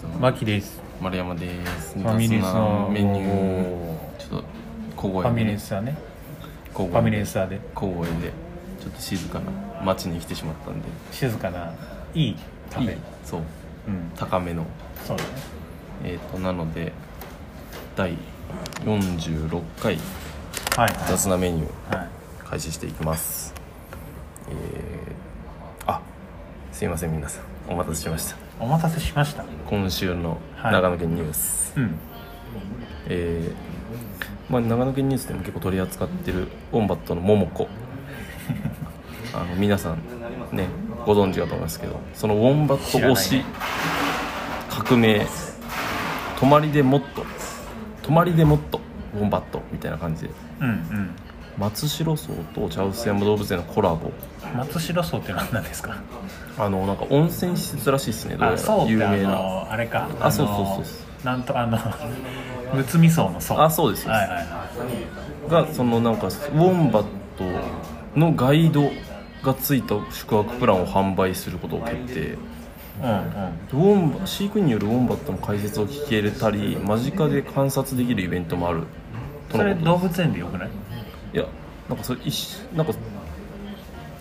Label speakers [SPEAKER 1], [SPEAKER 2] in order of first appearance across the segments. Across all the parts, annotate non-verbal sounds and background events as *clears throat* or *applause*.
[SPEAKER 1] と
[SPEAKER 2] マキです
[SPEAKER 1] 丸山です
[SPEAKER 2] ファミレスの
[SPEAKER 1] メニューちょっと小
[SPEAKER 2] フ
[SPEAKER 1] 声
[SPEAKER 2] ァミ
[SPEAKER 1] で
[SPEAKER 2] レ
[SPEAKER 1] ね
[SPEAKER 2] スだね
[SPEAKER 1] 小声
[SPEAKER 2] フ
[SPEAKER 1] で
[SPEAKER 2] ァミレスだで
[SPEAKER 1] 小声でちょっと静かな街に来てしまったんで
[SPEAKER 2] 静かないいカフェ
[SPEAKER 1] いいそう
[SPEAKER 2] うん
[SPEAKER 1] 高めの
[SPEAKER 2] そうだね
[SPEAKER 1] えっ、となので第46回
[SPEAKER 2] はいは
[SPEAKER 1] 雑なメニュー
[SPEAKER 2] い、はい、
[SPEAKER 1] 開始していきますえー、あすいません皆さんお待たせしました
[SPEAKER 2] お待たせしました
[SPEAKER 1] 今週の長野県ニュース、
[SPEAKER 2] うん
[SPEAKER 1] えーまあ、長野県ニュースでも結構取り扱ってるウォンバットのモモ
[SPEAKER 2] *laughs*
[SPEAKER 1] コあの皆さんねご存知かと思いますけどそのウォンバット推し、
[SPEAKER 2] 知らないね
[SPEAKER 1] 革命泊まりでもっと泊まりでもっとウォンバットみたいな感じで
[SPEAKER 2] うんうん
[SPEAKER 1] 松代荘と茶臼山動物園のコラボ
[SPEAKER 2] 松代荘って何なんですか
[SPEAKER 1] あのなんか温泉施設らしいですねどうや
[SPEAKER 2] あ
[SPEAKER 1] ら
[SPEAKER 2] 荘っ
[SPEAKER 1] 有
[SPEAKER 2] てあ
[SPEAKER 1] 名な
[SPEAKER 2] のあれか
[SPEAKER 1] あ
[SPEAKER 2] の
[SPEAKER 1] そうそうそうそ
[SPEAKER 2] なんとあの *laughs* 睦み荘の荘
[SPEAKER 1] あそうです、
[SPEAKER 2] はいはいはい
[SPEAKER 1] がそのなんかウォンバットのガイドがついた宿泊プランを販売することを決定
[SPEAKER 2] うんうん
[SPEAKER 1] ウォンバ飼育員によるウォンバットの解説を聞けたり間近で観察できるイベントもあると
[SPEAKER 2] それ
[SPEAKER 1] のこと
[SPEAKER 2] 動物園でよくない
[SPEAKER 1] いやなんかそれ一緒なんか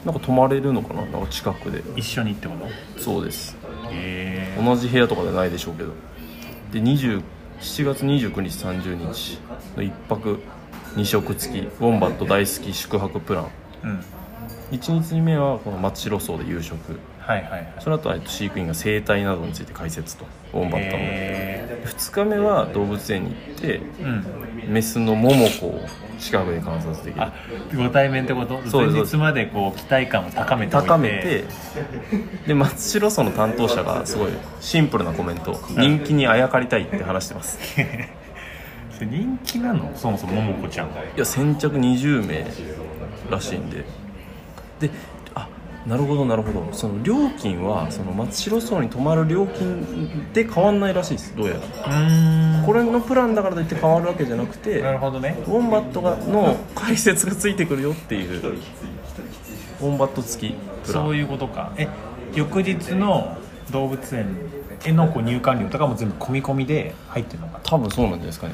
[SPEAKER 1] なんか泊まれるのかななんか近くで
[SPEAKER 2] 一緒にってこと
[SPEAKER 1] そうです
[SPEAKER 2] へ
[SPEAKER 1] 同じ部屋とかではないでしょうけどで20 7月29日30日の1泊2食付きウォンバット大好き宿泊プラン
[SPEAKER 2] えうん
[SPEAKER 1] 1日目はこの松代荘で夕食
[SPEAKER 2] はいはいはい
[SPEAKER 1] その後えっと飼育員が生態などについて解説とウォンバットの
[SPEAKER 2] へ
[SPEAKER 1] 2日目は動物園に行って
[SPEAKER 2] えうん
[SPEAKER 1] メスのモモコを近くで観察できる
[SPEAKER 2] あご対面ってこと
[SPEAKER 1] そうです
[SPEAKER 2] 前日までこう期待感を高めておいて
[SPEAKER 1] 高めてで松代荘の担当者がすごいシンプルなコメント人気にあやかりたいって話してます
[SPEAKER 2] それ人気なのそもそもももこちゃん
[SPEAKER 1] いや先着20名らしいんでであなるほどなるほどその料金はその松代荘に泊まる料金で変わんないらしいですどうやら
[SPEAKER 2] うん
[SPEAKER 1] これのプランだからといって変わるわけじゃなくて
[SPEAKER 2] なるほどね
[SPEAKER 1] ウォンバットがの解説がついてくるよっていうウォンバット付きプラン
[SPEAKER 2] そういうことかえ翌日の動物園へのこう入館料とかも全部込み込みで入ってるのか
[SPEAKER 1] 多分そうなんじゃないですかね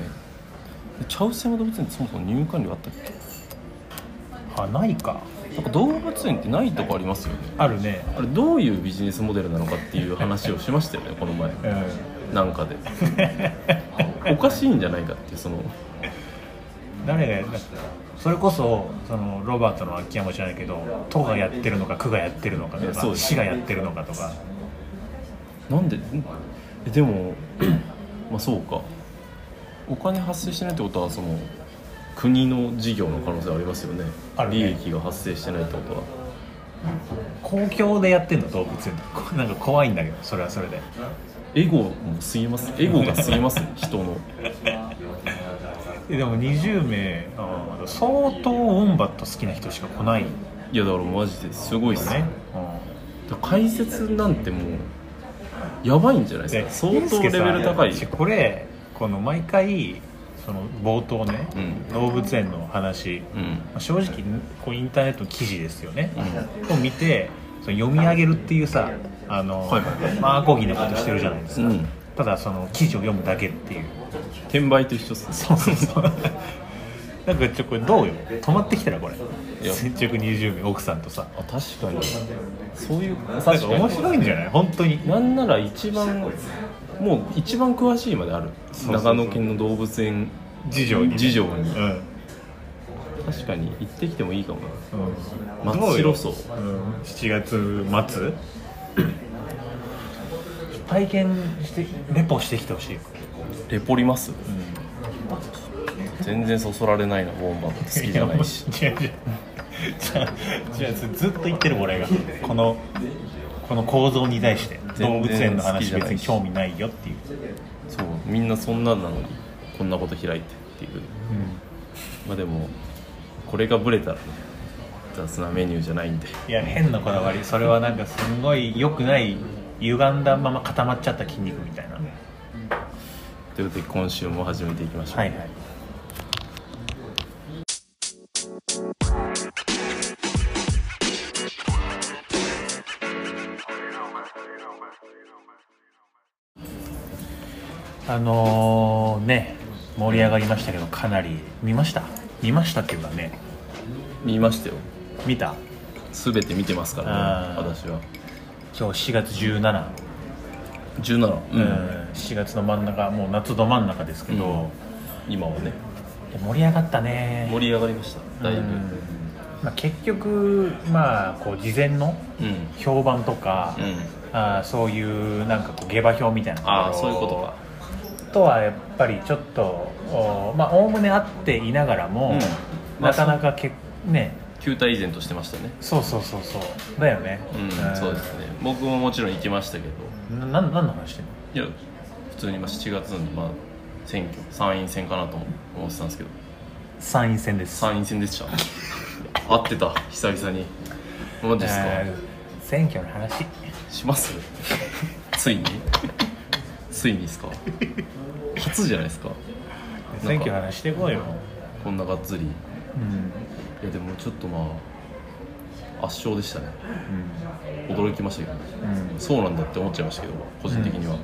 [SPEAKER 1] でチャウス山動物園ってそもそも入館料あったっけ
[SPEAKER 2] あないか
[SPEAKER 1] なんか動物園ってないとこありますよね
[SPEAKER 2] あるね
[SPEAKER 1] あれどういうビジネスモデルなのかっていう話をしましたよねこの前
[SPEAKER 2] うん
[SPEAKER 1] なん
[SPEAKER 2] *laughs*
[SPEAKER 1] かでおかしいんじゃないかっていうその
[SPEAKER 2] 誰がやったそれこそそのロバートの秋山じゃないけど都がやってるのか区がやってるのか
[SPEAKER 1] い
[SPEAKER 2] と
[SPEAKER 1] やそう
[SPEAKER 2] か
[SPEAKER 1] です
[SPEAKER 2] 市がやってるのかとか
[SPEAKER 1] なんでんえでも *clears throat* まあそうかお金発生してないってことはその国の事業の可能性ありますよね
[SPEAKER 2] あるね
[SPEAKER 1] 利益が発生してないってことは
[SPEAKER 2] 公共でやってんの動物園こなんか怖いんだけどそれはそれで
[SPEAKER 1] エゴも過ぎますエゴが過ぎます
[SPEAKER 2] *laughs*
[SPEAKER 1] 人の
[SPEAKER 2] えでも20名あー相当ウォンバット好きな人しか来ないよ
[SPEAKER 1] いやだからマジですごいっす
[SPEAKER 2] ね
[SPEAKER 1] ね、だから解説なんてもうやばいんじゃない
[SPEAKER 2] で
[SPEAKER 1] ですか相当レベル高い
[SPEAKER 2] ユースケさんこれこの毎回その冒頭ね、
[SPEAKER 1] うん
[SPEAKER 2] 動物園の話、
[SPEAKER 1] うん
[SPEAKER 2] まあ正直こうインターネットの記事ですよね、を見てその読み上げるっていうさあの、
[SPEAKER 1] はいは
[SPEAKER 2] まあアコギなことしてるじゃないですか、
[SPEAKER 1] うん
[SPEAKER 2] ただその記事を読むだけっていう *laughs*
[SPEAKER 1] 転売と一緒っすね
[SPEAKER 2] そうそうそうなんかちょこれどうよ泊まってきたらこれ
[SPEAKER 1] いや
[SPEAKER 2] 先着20名奥さんとさ
[SPEAKER 1] あ確かにそういう確
[SPEAKER 2] なんか面白いんじゃない本当に
[SPEAKER 1] なんなら一番もう一番詳しいまである
[SPEAKER 2] うそうそう
[SPEAKER 1] 長野県の動物園
[SPEAKER 2] 事情に
[SPEAKER 1] 事
[SPEAKER 2] ね
[SPEAKER 1] 情
[SPEAKER 2] う
[SPEAKER 1] に
[SPEAKER 2] ん
[SPEAKER 1] 確かに行ってきてもいいかもな
[SPEAKER 2] うん
[SPEAKER 1] 松代荘
[SPEAKER 2] どうようん7月末体験してレポしてきてほしい
[SPEAKER 1] レポります、全然そそられないなウォンバット好きじゃないし
[SPEAKER 2] やもう違う違うじゃあじゃあずっと言ってる
[SPEAKER 1] *laughs*
[SPEAKER 2] 俺がこのこの構造に対して動
[SPEAKER 1] 全然
[SPEAKER 2] 物園の
[SPEAKER 1] 好き
[SPEAKER 2] 話
[SPEAKER 1] じゃない
[SPEAKER 2] 別に興味ないよっていう
[SPEAKER 1] そうみんなそんなんなのにこんなこと開いてっていう、まあでもこれがブレたらね雑なメニューじゃないんで
[SPEAKER 2] いや変なこだわりそれはなんかすごい良くない歪んだまま固まっちゃった筋肉みたいなは
[SPEAKER 1] ということで今週も始めていきましょう、
[SPEAKER 2] いはいあのーね盛り上がりましたけどかなり見ました見ましたっていうかね
[SPEAKER 1] 見ましたよ
[SPEAKER 2] 見た
[SPEAKER 1] 全て見てますから、ね、
[SPEAKER 2] うん
[SPEAKER 1] 私は
[SPEAKER 2] 今日4月17
[SPEAKER 1] 17、う
[SPEAKER 2] うんん、4月の真ん中もう夏ど真ん中ですけど、
[SPEAKER 1] うん今はね
[SPEAKER 2] で盛り上がったね
[SPEAKER 1] 盛り上がりましただいぶ
[SPEAKER 2] う
[SPEAKER 1] うんん
[SPEAKER 2] まあ、結局まあこう事前の
[SPEAKER 1] うん、
[SPEAKER 2] 評判とか、あーそういうなんかこう下馬評みたいな
[SPEAKER 1] ああそういうことか
[SPEAKER 2] とはやっぱりちょっとおまあおおむね合っていながらも、
[SPEAKER 1] うん
[SPEAKER 2] なかなかけね
[SPEAKER 1] 球体依然としてましたね
[SPEAKER 2] そうそうそうそうだよね
[SPEAKER 1] うんそうですね僕ももちろん行きましたけど
[SPEAKER 2] ななんなんの話してんの
[SPEAKER 1] いや普通にまあ7月にまあ選挙参院選かなとも思ってたんですけど
[SPEAKER 2] 参院選です
[SPEAKER 1] 参院選で *laughs* した合ってた久々にマジですか
[SPEAKER 2] あー選挙の話
[SPEAKER 1] します *laughs* ついについにですか初じゃないですか
[SPEAKER 2] 選挙の話してこいよ、
[SPEAKER 1] こんながっつりい
[SPEAKER 2] うん
[SPEAKER 1] やでもちょっとまあ圧勝でしたね
[SPEAKER 2] う
[SPEAKER 1] 驚きましたけど
[SPEAKER 2] んうん
[SPEAKER 1] そうなんだって思っちゃいましたけど個人的には、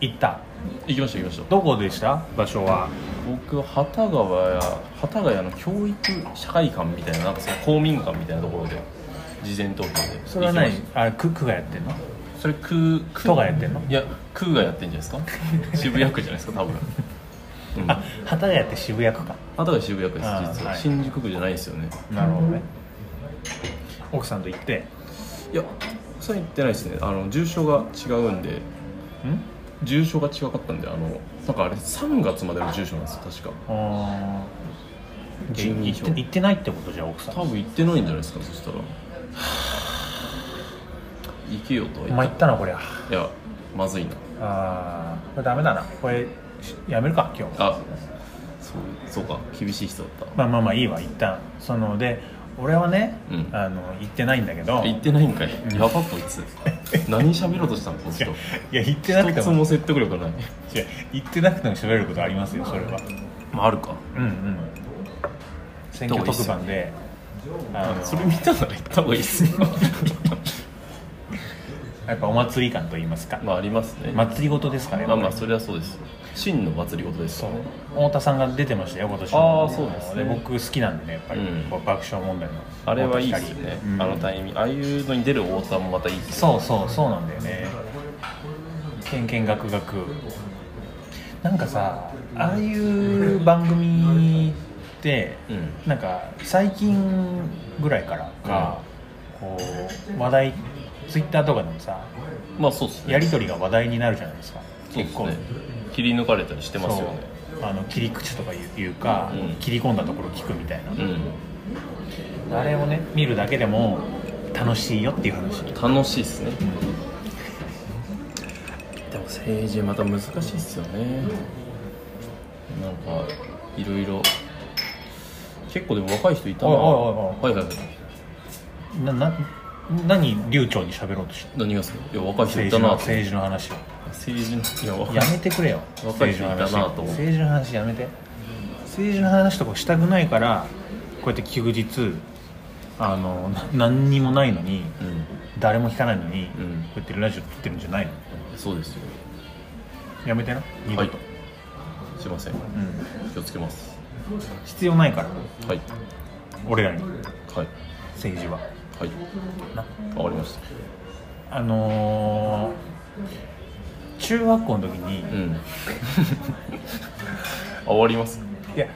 [SPEAKER 2] 行った
[SPEAKER 1] 行きました行きました
[SPEAKER 2] どこでした場所は
[SPEAKER 1] 僕は幡ヶ谷や幡ヶ谷の教育社会館みたいななんかその公民館みたいなところで事前投票で
[SPEAKER 2] それは
[SPEAKER 1] 行きま
[SPEAKER 2] 何
[SPEAKER 1] した
[SPEAKER 2] あれ区区がやってんの
[SPEAKER 1] それ空空
[SPEAKER 2] 都がやってんの
[SPEAKER 1] いや空がやってんじゃない
[SPEAKER 2] *laughs*
[SPEAKER 1] ですか渋谷区じゃないですか多分うん
[SPEAKER 2] あ旗がやって渋谷区か
[SPEAKER 1] 幡ヶ谷渋谷区です
[SPEAKER 2] あー
[SPEAKER 1] 実は、
[SPEAKER 2] はい
[SPEAKER 1] 新宿区じゃないですよね
[SPEAKER 2] なるほどね奥さんと行って
[SPEAKER 1] いやそれ行ってないですねあの重症が違うんで
[SPEAKER 2] うん
[SPEAKER 1] 重症が違かったんであのなんかあれ3月までの重症なんですよ確か
[SPEAKER 2] あーじゃあ
[SPEAKER 1] 12票
[SPEAKER 2] 行って行ってないってことじゃあ奥さん
[SPEAKER 1] 多分行ってないんじゃないですかそしたら行けよとは
[SPEAKER 2] お
[SPEAKER 1] 言
[SPEAKER 2] 前行ったなこりゃ
[SPEAKER 1] いやまずいな
[SPEAKER 2] あーこれダメだなこれしやめるか今日
[SPEAKER 1] あそうそうか厳しい人だっ
[SPEAKER 2] まあまあまあいいわ一旦そので俺はね、
[SPEAKER 1] うん
[SPEAKER 2] あの行ってないんだけど
[SPEAKER 1] た行ってないんかいやばこいつ何喋ろうとしたのこの人
[SPEAKER 2] いや行ってなくて
[SPEAKER 1] 一つ
[SPEAKER 2] も
[SPEAKER 1] も説得力がない
[SPEAKER 2] 違う行ってなくても喋れることありますよそれは
[SPEAKER 1] まああるか
[SPEAKER 2] うんうん選挙特番であの
[SPEAKER 1] それ見たなら行った方がいいっすよ *laughs*
[SPEAKER 2] やっぱお祭り感と言いますか、
[SPEAKER 1] まあありますね、
[SPEAKER 2] 祭りごとですかね
[SPEAKER 1] まあまあそれはそうですよ真の祭り事です
[SPEAKER 2] そ
[SPEAKER 1] よ
[SPEAKER 2] う
[SPEAKER 1] ね
[SPEAKER 2] 太田さんが出てましたよ今年
[SPEAKER 1] あーそうですね
[SPEAKER 2] 僕好きなんでねやっぱり、
[SPEAKER 1] うん
[SPEAKER 2] こう爆笑問題の
[SPEAKER 1] あれはいいですよね、
[SPEAKER 2] うん
[SPEAKER 1] あのタイミングああいうのに出る太田もまたいいですよ
[SPEAKER 2] そうそうそうなんだよねけんけんがくがくなんかさああいう番組って、
[SPEAKER 1] うん
[SPEAKER 2] なんか最近ぐらいからか、こう話題ツイッターとかでもさ
[SPEAKER 1] まあそうっすね
[SPEAKER 2] やり取りが話題になるじゃないですか
[SPEAKER 1] そうっ
[SPEAKER 2] 結
[SPEAKER 1] す
[SPEAKER 2] 構
[SPEAKER 1] ね切り抜かれたりしてますよね
[SPEAKER 2] そうあの切り口とかいういうか、
[SPEAKER 1] うん
[SPEAKER 2] 切り込んだところ聞くみたいな、
[SPEAKER 1] うん
[SPEAKER 2] あれをね見るだけでも楽しいよっていう話
[SPEAKER 1] 楽しいっすねでも政治また難しいっすよねなんかいろいろ結構でも若い人いたな
[SPEAKER 2] お
[SPEAKER 1] はいはいはい
[SPEAKER 2] なな何流暢に喋ろうとして
[SPEAKER 1] 何がっすかいや若い人いた
[SPEAKER 2] 政治の
[SPEAKER 1] なと
[SPEAKER 2] 政治の話を
[SPEAKER 1] 政治のいや若い
[SPEAKER 2] やめてくれよ
[SPEAKER 1] 若い人いたな
[SPEAKER 2] 政治の話
[SPEAKER 1] と思う
[SPEAKER 2] 政治の話やめて政治の話とかしたくないからこうやって休日あのな何にもないのに
[SPEAKER 1] うん
[SPEAKER 2] 誰も聞かないのに、
[SPEAKER 1] ん
[SPEAKER 2] こうやってラジオ撮ってるんじゃないの
[SPEAKER 1] そうですよ
[SPEAKER 2] やめてな二
[SPEAKER 1] は
[SPEAKER 2] 度
[SPEAKER 1] い
[SPEAKER 2] と、
[SPEAKER 1] すいません
[SPEAKER 2] うん、
[SPEAKER 1] 気をつけます
[SPEAKER 2] 必要ないから
[SPEAKER 1] はい
[SPEAKER 2] 俺らに
[SPEAKER 1] はい
[SPEAKER 2] 政治は
[SPEAKER 1] はい
[SPEAKER 2] な
[SPEAKER 1] わかりました
[SPEAKER 2] あのー中学校の時に、
[SPEAKER 1] う
[SPEAKER 2] い
[SPEAKER 1] ん *laughs* あ終わります
[SPEAKER 2] や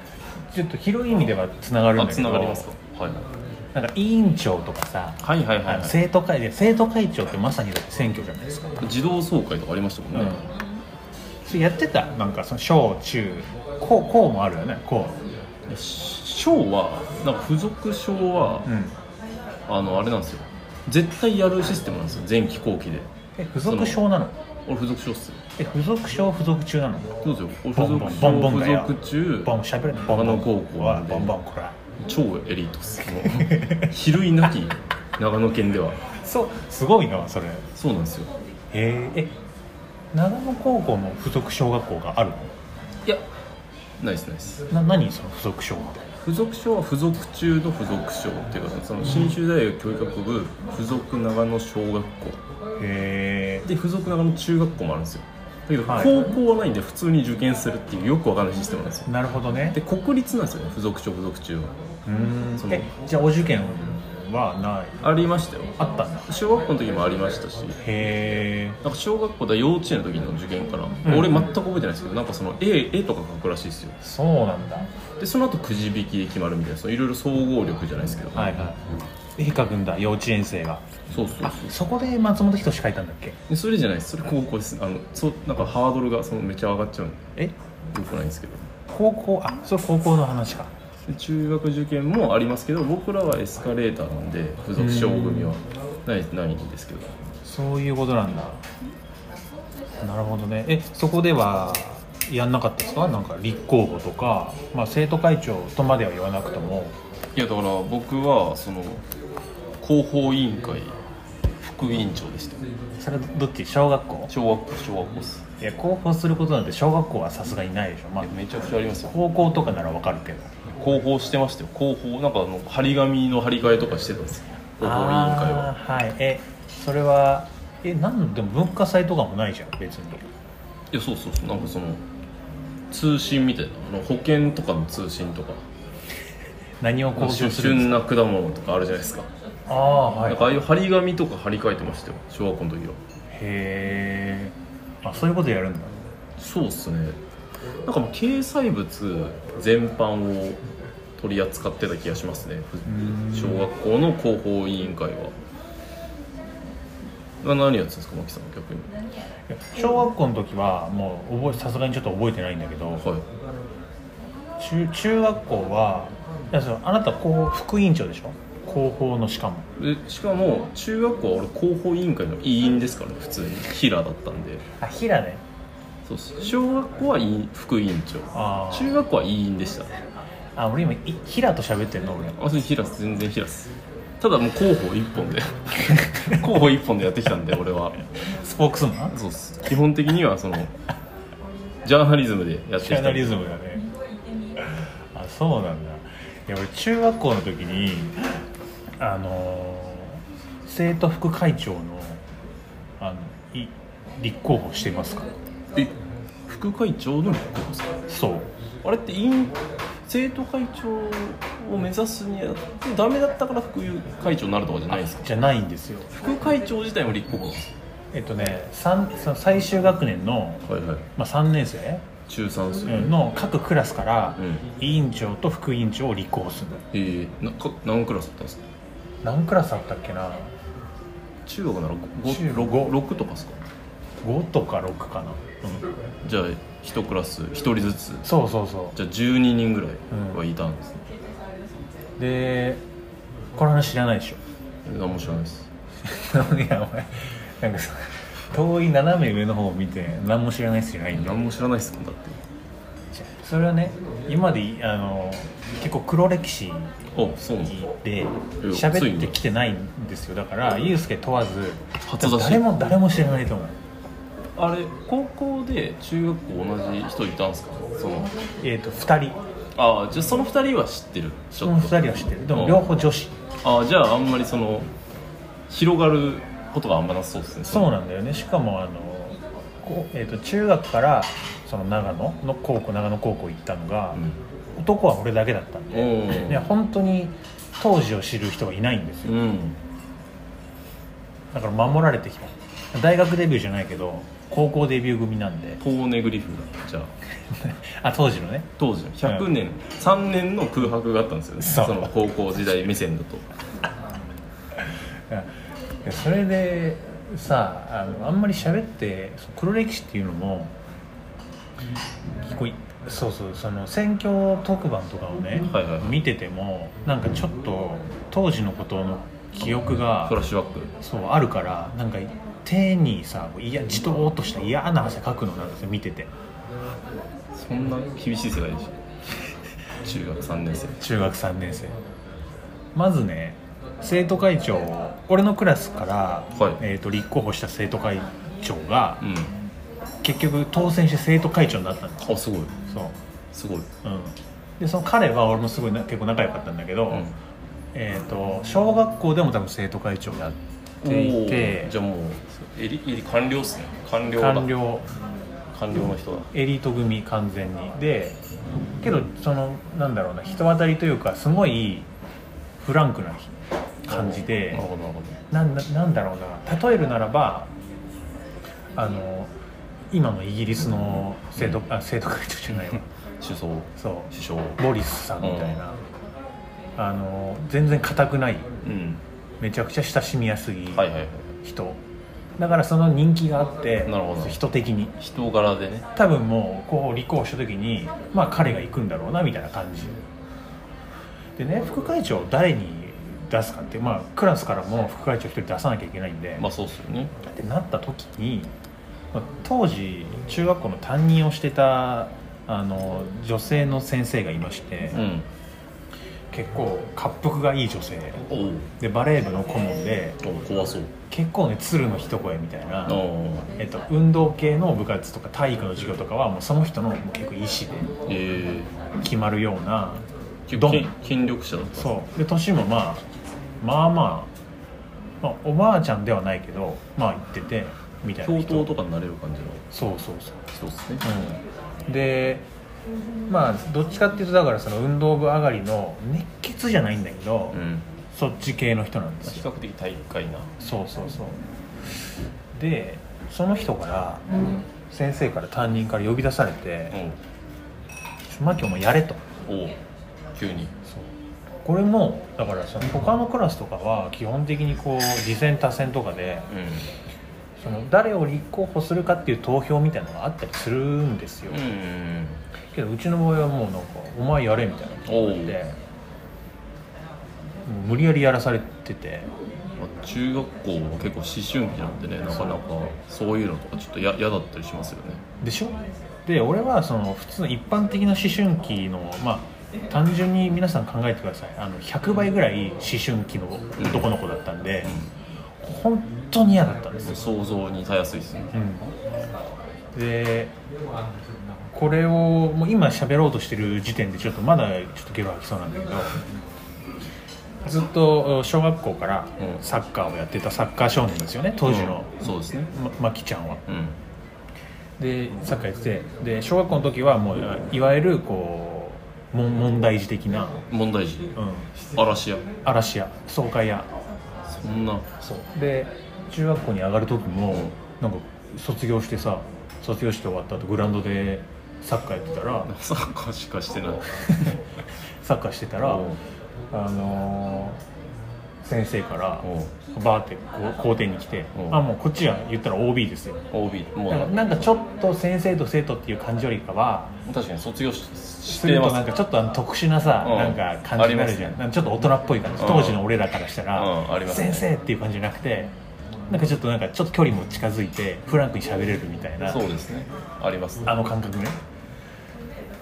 [SPEAKER 2] ちょっと広い意味ではつながるん
[SPEAKER 1] あ
[SPEAKER 2] だけ
[SPEAKER 1] つ
[SPEAKER 2] ど
[SPEAKER 1] ながりますかはい
[SPEAKER 2] なんか委員長とかさ、
[SPEAKER 1] はいはいはい
[SPEAKER 2] あの
[SPEAKER 1] はい
[SPEAKER 2] 生徒会で生徒会長ってまさにだって選挙じゃないですか、
[SPEAKER 1] 児童総会とかありましたもんね
[SPEAKER 2] それやってたなんかその小中高高もあるよね高
[SPEAKER 1] いや賞はなんか付属賞は
[SPEAKER 2] う、ん
[SPEAKER 1] あのあれなんですよ絶対やるシステムなんですよ前期後期で
[SPEAKER 2] え付属小なの
[SPEAKER 1] 俺付属賞っすよ
[SPEAKER 2] え付属小付属中なの
[SPEAKER 1] どうぞ俺
[SPEAKER 2] ボ
[SPEAKER 1] 付
[SPEAKER 2] ンボ
[SPEAKER 1] 属
[SPEAKER 2] ンボン
[SPEAKER 1] 賞
[SPEAKER 2] ボンだよ
[SPEAKER 1] 付属中
[SPEAKER 2] ボンしゃべるボンボ
[SPEAKER 1] 長
[SPEAKER 2] ン
[SPEAKER 1] 野高校
[SPEAKER 2] は
[SPEAKER 1] なんで
[SPEAKER 2] ボンボンこら
[SPEAKER 1] 超エリートっすもう比類なき長野県では
[SPEAKER 2] そうすごいなそれへ
[SPEAKER 1] そうなんですよ
[SPEAKER 2] ええ長野高校も付属小学校があるの
[SPEAKER 1] いやないですないです
[SPEAKER 2] な何その付属小って
[SPEAKER 1] 付属賞は付属中の付属賞っていうかその信州大学教育学部附属長野小学校
[SPEAKER 2] へえ
[SPEAKER 1] で附属長野中学校もあるんですよけど
[SPEAKER 2] はい
[SPEAKER 1] 高校はないんで普通に受験するっていうよくわかんないシステムなんですよ
[SPEAKER 2] なるほどね
[SPEAKER 1] で国立なんですよね付属中付属中は
[SPEAKER 2] うー
[SPEAKER 1] そ
[SPEAKER 2] ん
[SPEAKER 1] の
[SPEAKER 2] えじゃあお受験はない
[SPEAKER 1] ありましたよ
[SPEAKER 2] あったんだ
[SPEAKER 1] 小学校の時もありましたし
[SPEAKER 2] へ
[SPEAKER 1] なんか小学校で幼稚園の時の受験から、
[SPEAKER 2] ん
[SPEAKER 1] 俺全く覚えてないですけどなんかその絵絵とか書くらしいですよ
[SPEAKER 2] えそうなんだ
[SPEAKER 1] でその後くじ引きで決まるみたいなそのいろいろ総合力じゃないですけど、
[SPEAKER 2] はいはい絵描くんだ幼稚園生が
[SPEAKER 1] そうそうそう
[SPEAKER 2] あそこで松本人志書いたんだっけ
[SPEAKER 1] でそれじゃないですそれ高校ですあのそうなんかハードルがそのめっちゃ上がっちゃうんで
[SPEAKER 2] え
[SPEAKER 1] よくないんですけど
[SPEAKER 2] 高校あそれ高校の話か
[SPEAKER 1] で中学受験もありますけど僕らはエスカレーターなんで付属小組はないないんですけど
[SPEAKER 2] そういうことなんだなるほどねえそこではやんなかったですかなんか立候補とか、まあ、生徒会長とまでは言わなくとも
[SPEAKER 1] いやだから僕はその広報委員会副委員長でした
[SPEAKER 2] それどっち小学校
[SPEAKER 1] 小学校小学校っす
[SPEAKER 2] いや候補することなんて小学校はさすがにないでしょ、まあ
[SPEAKER 1] いや、めちゃくちゃありますよ
[SPEAKER 2] 高校とかならわかるけど
[SPEAKER 1] 広報してましたよ広報なんかあの張り紙の張り替えとかしてたんですよ広報委員会は
[SPEAKER 2] あーはいえそれはえなんでも文化祭とかもないじゃん別に
[SPEAKER 1] いやそうそうそうなんかその通信みたいなあの保険とかの通信とか
[SPEAKER 2] 何を公表する
[SPEAKER 1] 旬
[SPEAKER 2] んですか
[SPEAKER 1] な果物とかあるじゃないですか
[SPEAKER 2] ああは
[SPEAKER 1] なんかああいう張り紙とか張り替えてましたよ小学校の時は
[SPEAKER 2] へえそういうことやるんだ
[SPEAKER 1] そうっすねなんかもう掲載物全般を取り扱ってた気がしますね
[SPEAKER 2] ん
[SPEAKER 1] 小学校の広報委員会はな何やってたんですか牧さんは逆に
[SPEAKER 2] いや小学校の時はもう覚えさすがにちょっと覚えてないんだけど
[SPEAKER 1] はい
[SPEAKER 2] 中中学校はいやそのあなた広報副委員長でしょ広報のしかも
[SPEAKER 1] でしかも中学校は俺広報委員会の委員ですからね普通に平だったんで
[SPEAKER 2] あ平ね
[SPEAKER 1] そうっす小学校は委員副委員
[SPEAKER 2] あ
[SPEAKER 1] 長
[SPEAKER 2] ー
[SPEAKER 1] 中学校は委員でした
[SPEAKER 2] あ俺今い平と喋ってんの俺
[SPEAKER 1] あそれ平っす全然平っすただもう広報一本で *laughs* 広報一本でやってきたんで俺は
[SPEAKER 2] スポークスマン
[SPEAKER 1] そうっす基本的にはそのジャーナリズムでやってき
[SPEAKER 2] ジャ
[SPEAKER 1] た
[SPEAKER 2] ーナリズムだねあそうなんだいや俺中学校の時にあのー生徒副会長のあのい立候補してますから
[SPEAKER 1] え副会長の立候補ですか
[SPEAKER 2] そう
[SPEAKER 1] あれって委員生徒会長を目指すにあってダメだったから副会長になるとかじゃないですか
[SPEAKER 2] じゃないんですよ
[SPEAKER 1] 副会長自体も立候補です
[SPEAKER 2] えっとね三その最終学年の、
[SPEAKER 1] はいはい
[SPEAKER 2] まあ、3年生
[SPEAKER 1] 中3ですね、
[SPEAKER 2] の各クラスから
[SPEAKER 1] うん
[SPEAKER 2] 委員長と副委員長を立候補するの
[SPEAKER 1] えー、なか何クラスだったんですか
[SPEAKER 2] 何クラスあったっけな
[SPEAKER 1] 中学なら
[SPEAKER 2] 中学
[SPEAKER 1] 6, 6とかですか
[SPEAKER 2] 5とか6かな、うん、
[SPEAKER 1] じゃあ1クラス1人ずつ
[SPEAKER 2] そうそうそ
[SPEAKER 1] じゃあ12人ぐらいはいたんですね、
[SPEAKER 2] うでこの話知らないでしょ
[SPEAKER 1] 何も知らないです
[SPEAKER 2] いやお前なんかさ遠い斜め上の方を見て何も知らないっすじゃないんだよ
[SPEAKER 1] 何も知らないですもんだって
[SPEAKER 2] それはね今でいあの結構黒歴史
[SPEAKER 1] あそうなんですか
[SPEAKER 2] で喋ってきてないんですよだからユうスケ問わず
[SPEAKER 1] 初出し
[SPEAKER 2] 誰も誰も知らないと思う
[SPEAKER 1] あれ高校で中学校同じ人いたんですかその
[SPEAKER 2] えっ、と2人
[SPEAKER 1] ああじゃあその2人は知ってるち
[SPEAKER 2] そ
[SPEAKER 1] ょ
[SPEAKER 2] の
[SPEAKER 1] っ
[SPEAKER 2] 2
[SPEAKER 1] と
[SPEAKER 2] 人は知ってるでも両方女子
[SPEAKER 1] ああじゃああんまりその広がることがあんまなさそうですね
[SPEAKER 2] そうなんだよねしかもあの、こうえー、と中学からその長野の高校長野高校行ったのが、男は俺だけだったんで、
[SPEAKER 1] うん
[SPEAKER 2] いや本当に当時を知る人がいないんですよ
[SPEAKER 1] うん
[SPEAKER 2] だから守られてきた大学デビューじゃないけど高校デビュー組なんで *laughs*
[SPEAKER 1] ポーネグリフだじゃあ
[SPEAKER 2] あ当時のね
[SPEAKER 1] 当時の100年、3年の空白があったんですよね
[SPEAKER 2] そう
[SPEAKER 1] その高校時代目線だと
[SPEAKER 2] いやそれでさあのあんまり喋ってその黒歴史っていうのも結構いそうそうその選挙特番とかをね、
[SPEAKER 1] はいはい
[SPEAKER 2] 見ててもなんかちょっと当時のことの記憶が
[SPEAKER 1] フラッシュバック
[SPEAKER 2] そうあるからなんか手にさいやじとーっとした嫌な汗かくのなんですよ見てて
[SPEAKER 1] そんな厳しい世代でした中学3年生
[SPEAKER 2] 中学3年生まずね生徒会長俺のクラスから、
[SPEAKER 1] はい
[SPEAKER 2] えー、と立候補した生徒会長が
[SPEAKER 1] う、ん
[SPEAKER 2] 結局当選して生徒会長になったんですよ
[SPEAKER 1] あすごい
[SPEAKER 2] そ
[SPEAKER 1] すごい、
[SPEAKER 2] う、うん、でその彼は俺もすごいな結構仲良かったんだけど、
[SPEAKER 1] うん
[SPEAKER 2] えー、と小学校でも多分生徒会長やってい
[SPEAKER 1] おー
[SPEAKER 2] て
[SPEAKER 1] じゃあもうえりえり完了っすね完了だ
[SPEAKER 2] 官僚
[SPEAKER 1] 官僚の人だ
[SPEAKER 2] エリート組完全にでけどそのなんだろうな人当たりというかすごいフランクな感じ
[SPEAKER 1] な
[SPEAKER 2] で
[SPEAKER 1] るほどなるほど
[SPEAKER 2] なんななんだろうな例えるならばあの今のイギリスの生徒,、あ生徒会長じゃな
[SPEAKER 1] *laughs*
[SPEAKER 2] いわ
[SPEAKER 1] 首相
[SPEAKER 2] そ
[SPEAKER 1] 首相
[SPEAKER 2] うボリスさんみたいな、あの全然硬くない
[SPEAKER 1] うん
[SPEAKER 2] めちゃくちゃ親しみやすい人、
[SPEAKER 1] はいはいはい
[SPEAKER 2] だからその人気があって
[SPEAKER 1] なるほど
[SPEAKER 2] 人的に
[SPEAKER 1] 人柄でね
[SPEAKER 2] 多分もうこう立候補した時にまあ彼が行くんだろうなみたいな感じでね副会長を誰に出すかってまあクラスからも副会長一人出さなきゃいけないんで、
[SPEAKER 1] まあそうっすよね
[SPEAKER 2] ってなった時にまあ当時中学校の担任をしてたあの女性の先生がいまして、
[SPEAKER 1] うん
[SPEAKER 2] 結構滑腹がいい女性
[SPEAKER 1] おう
[SPEAKER 2] でバレー部の顧問で
[SPEAKER 1] おう怖そう
[SPEAKER 2] 結構ね鶴の一声みたいな
[SPEAKER 1] あ、あ
[SPEAKER 2] えっと、運動系の部活とか体育の授業とかはもうその人のもう結構意思で
[SPEAKER 1] え
[SPEAKER 2] 決まるような
[SPEAKER 1] え
[SPEAKER 2] ドン
[SPEAKER 1] 筋力者だった
[SPEAKER 2] そうで年もまあまあまあ、まあ、おばあちゃんではないけどまあ行っててみたいな
[SPEAKER 1] 教
[SPEAKER 2] 人
[SPEAKER 1] 頭とかになれる感じの
[SPEAKER 2] そうそうそう
[SPEAKER 1] 人っすね
[SPEAKER 2] うん、でまあどっちかっていうとだからその運動部上がりの熱血じゃないんだけど、
[SPEAKER 1] うん
[SPEAKER 2] そっち系の人なんです
[SPEAKER 1] 比
[SPEAKER 2] よ
[SPEAKER 1] 較的体育会な
[SPEAKER 2] そうそうそうでその人から、先生から担任から呼び出されて「マキお前やれ」と。
[SPEAKER 1] おおう急に
[SPEAKER 2] これもだからその他のクラスとかは基本的にこう次戦多戦とかで
[SPEAKER 1] う
[SPEAKER 2] その誰を立候補するかっていう投票みたいなのがあったりするんですよ、
[SPEAKER 1] んうん
[SPEAKER 2] けどうちの場合はもうなんか「お前やれ」みたいな
[SPEAKER 1] おおう
[SPEAKER 2] でもう無理やりやらされてて
[SPEAKER 1] まあ中学校は結構思春期なんでねなかなかそういうのとかちょっとや嫌だったりしますよね
[SPEAKER 2] でしょで俺はその普通の一般的な思春期のまあ単純に皆さん考えてくださいあの100倍ぐらい思春期の男の子だったんで、本当に嫌だったんですよ、
[SPEAKER 1] 想像にたやすいっすね
[SPEAKER 2] うん、でこれをもう今喋ろうとしてる時点でちょっとまだちょっとゲロ吐きそうなんだけどずっと小学校から
[SPEAKER 1] うん
[SPEAKER 2] サッカーをやってたサッカー少年ですよね当時の、
[SPEAKER 1] うんそうですね
[SPEAKER 2] ま、まきちゃんは
[SPEAKER 1] うん
[SPEAKER 2] でサッカーやっててで小学校の時はもういわゆるこうもん問題児的な、
[SPEAKER 1] 問題児
[SPEAKER 2] うん、
[SPEAKER 1] 嵐や
[SPEAKER 2] 嵐や爽快や
[SPEAKER 1] そんな
[SPEAKER 2] そうで中学校に上がる時もなんか卒業してさ卒業して終わった後グラウンドでサッカーやってたら *laughs*
[SPEAKER 1] サッカーしかしてない
[SPEAKER 2] サッカーしてたら、あのー先生から
[SPEAKER 1] おう
[SPEAKER 2] バーってこう校庭に来て
[SPEAKER 1] う
[SPEAKER 2] 「
[SPEAKER 1] ん
[SPEAKER 2] あもうこっちは言ったら OB ですよ」
[SPEAKER 1] OB も
[SPEAKER 2] なんか
[SPEAKER 1] う
[SPEAKER 2] なんかちょっと先生と生徒っていう感じよりかは
[SPEAKER 1] 確かに卒業しし
[SPEAKER 2] す
[SPEAKER 1] て
[SPEAKER 2] ると
[SPEAKER 1] ます
[SPEAKER 2] なんかちょっとあの特殊なさ、
[SPEAKER 1] うん
[SPEAKER 2] なんか感じ
[SPEAKER 1] あり
[SPEAKER 2] になるじゃ
[SPEAKER 1] ます
[SPEAKER 2] ん
[SPEAKER 1] ね
[SPEAKER 2] なんかちょっと大人っぽい感じ、
[SPEAKER 1] うん
[SPEAKER 2] 当時の俺らからしたら、
[SPEAKER 1] うんありますね
[SPEAKER 2] 先生っていう感じじゃなくてなんかちょっとなんかちょっと距離も近づいてフランクに喋れるみたいな
[SPEAKER 1] そうですねあります
[SPEAKER 2] あの感覚ね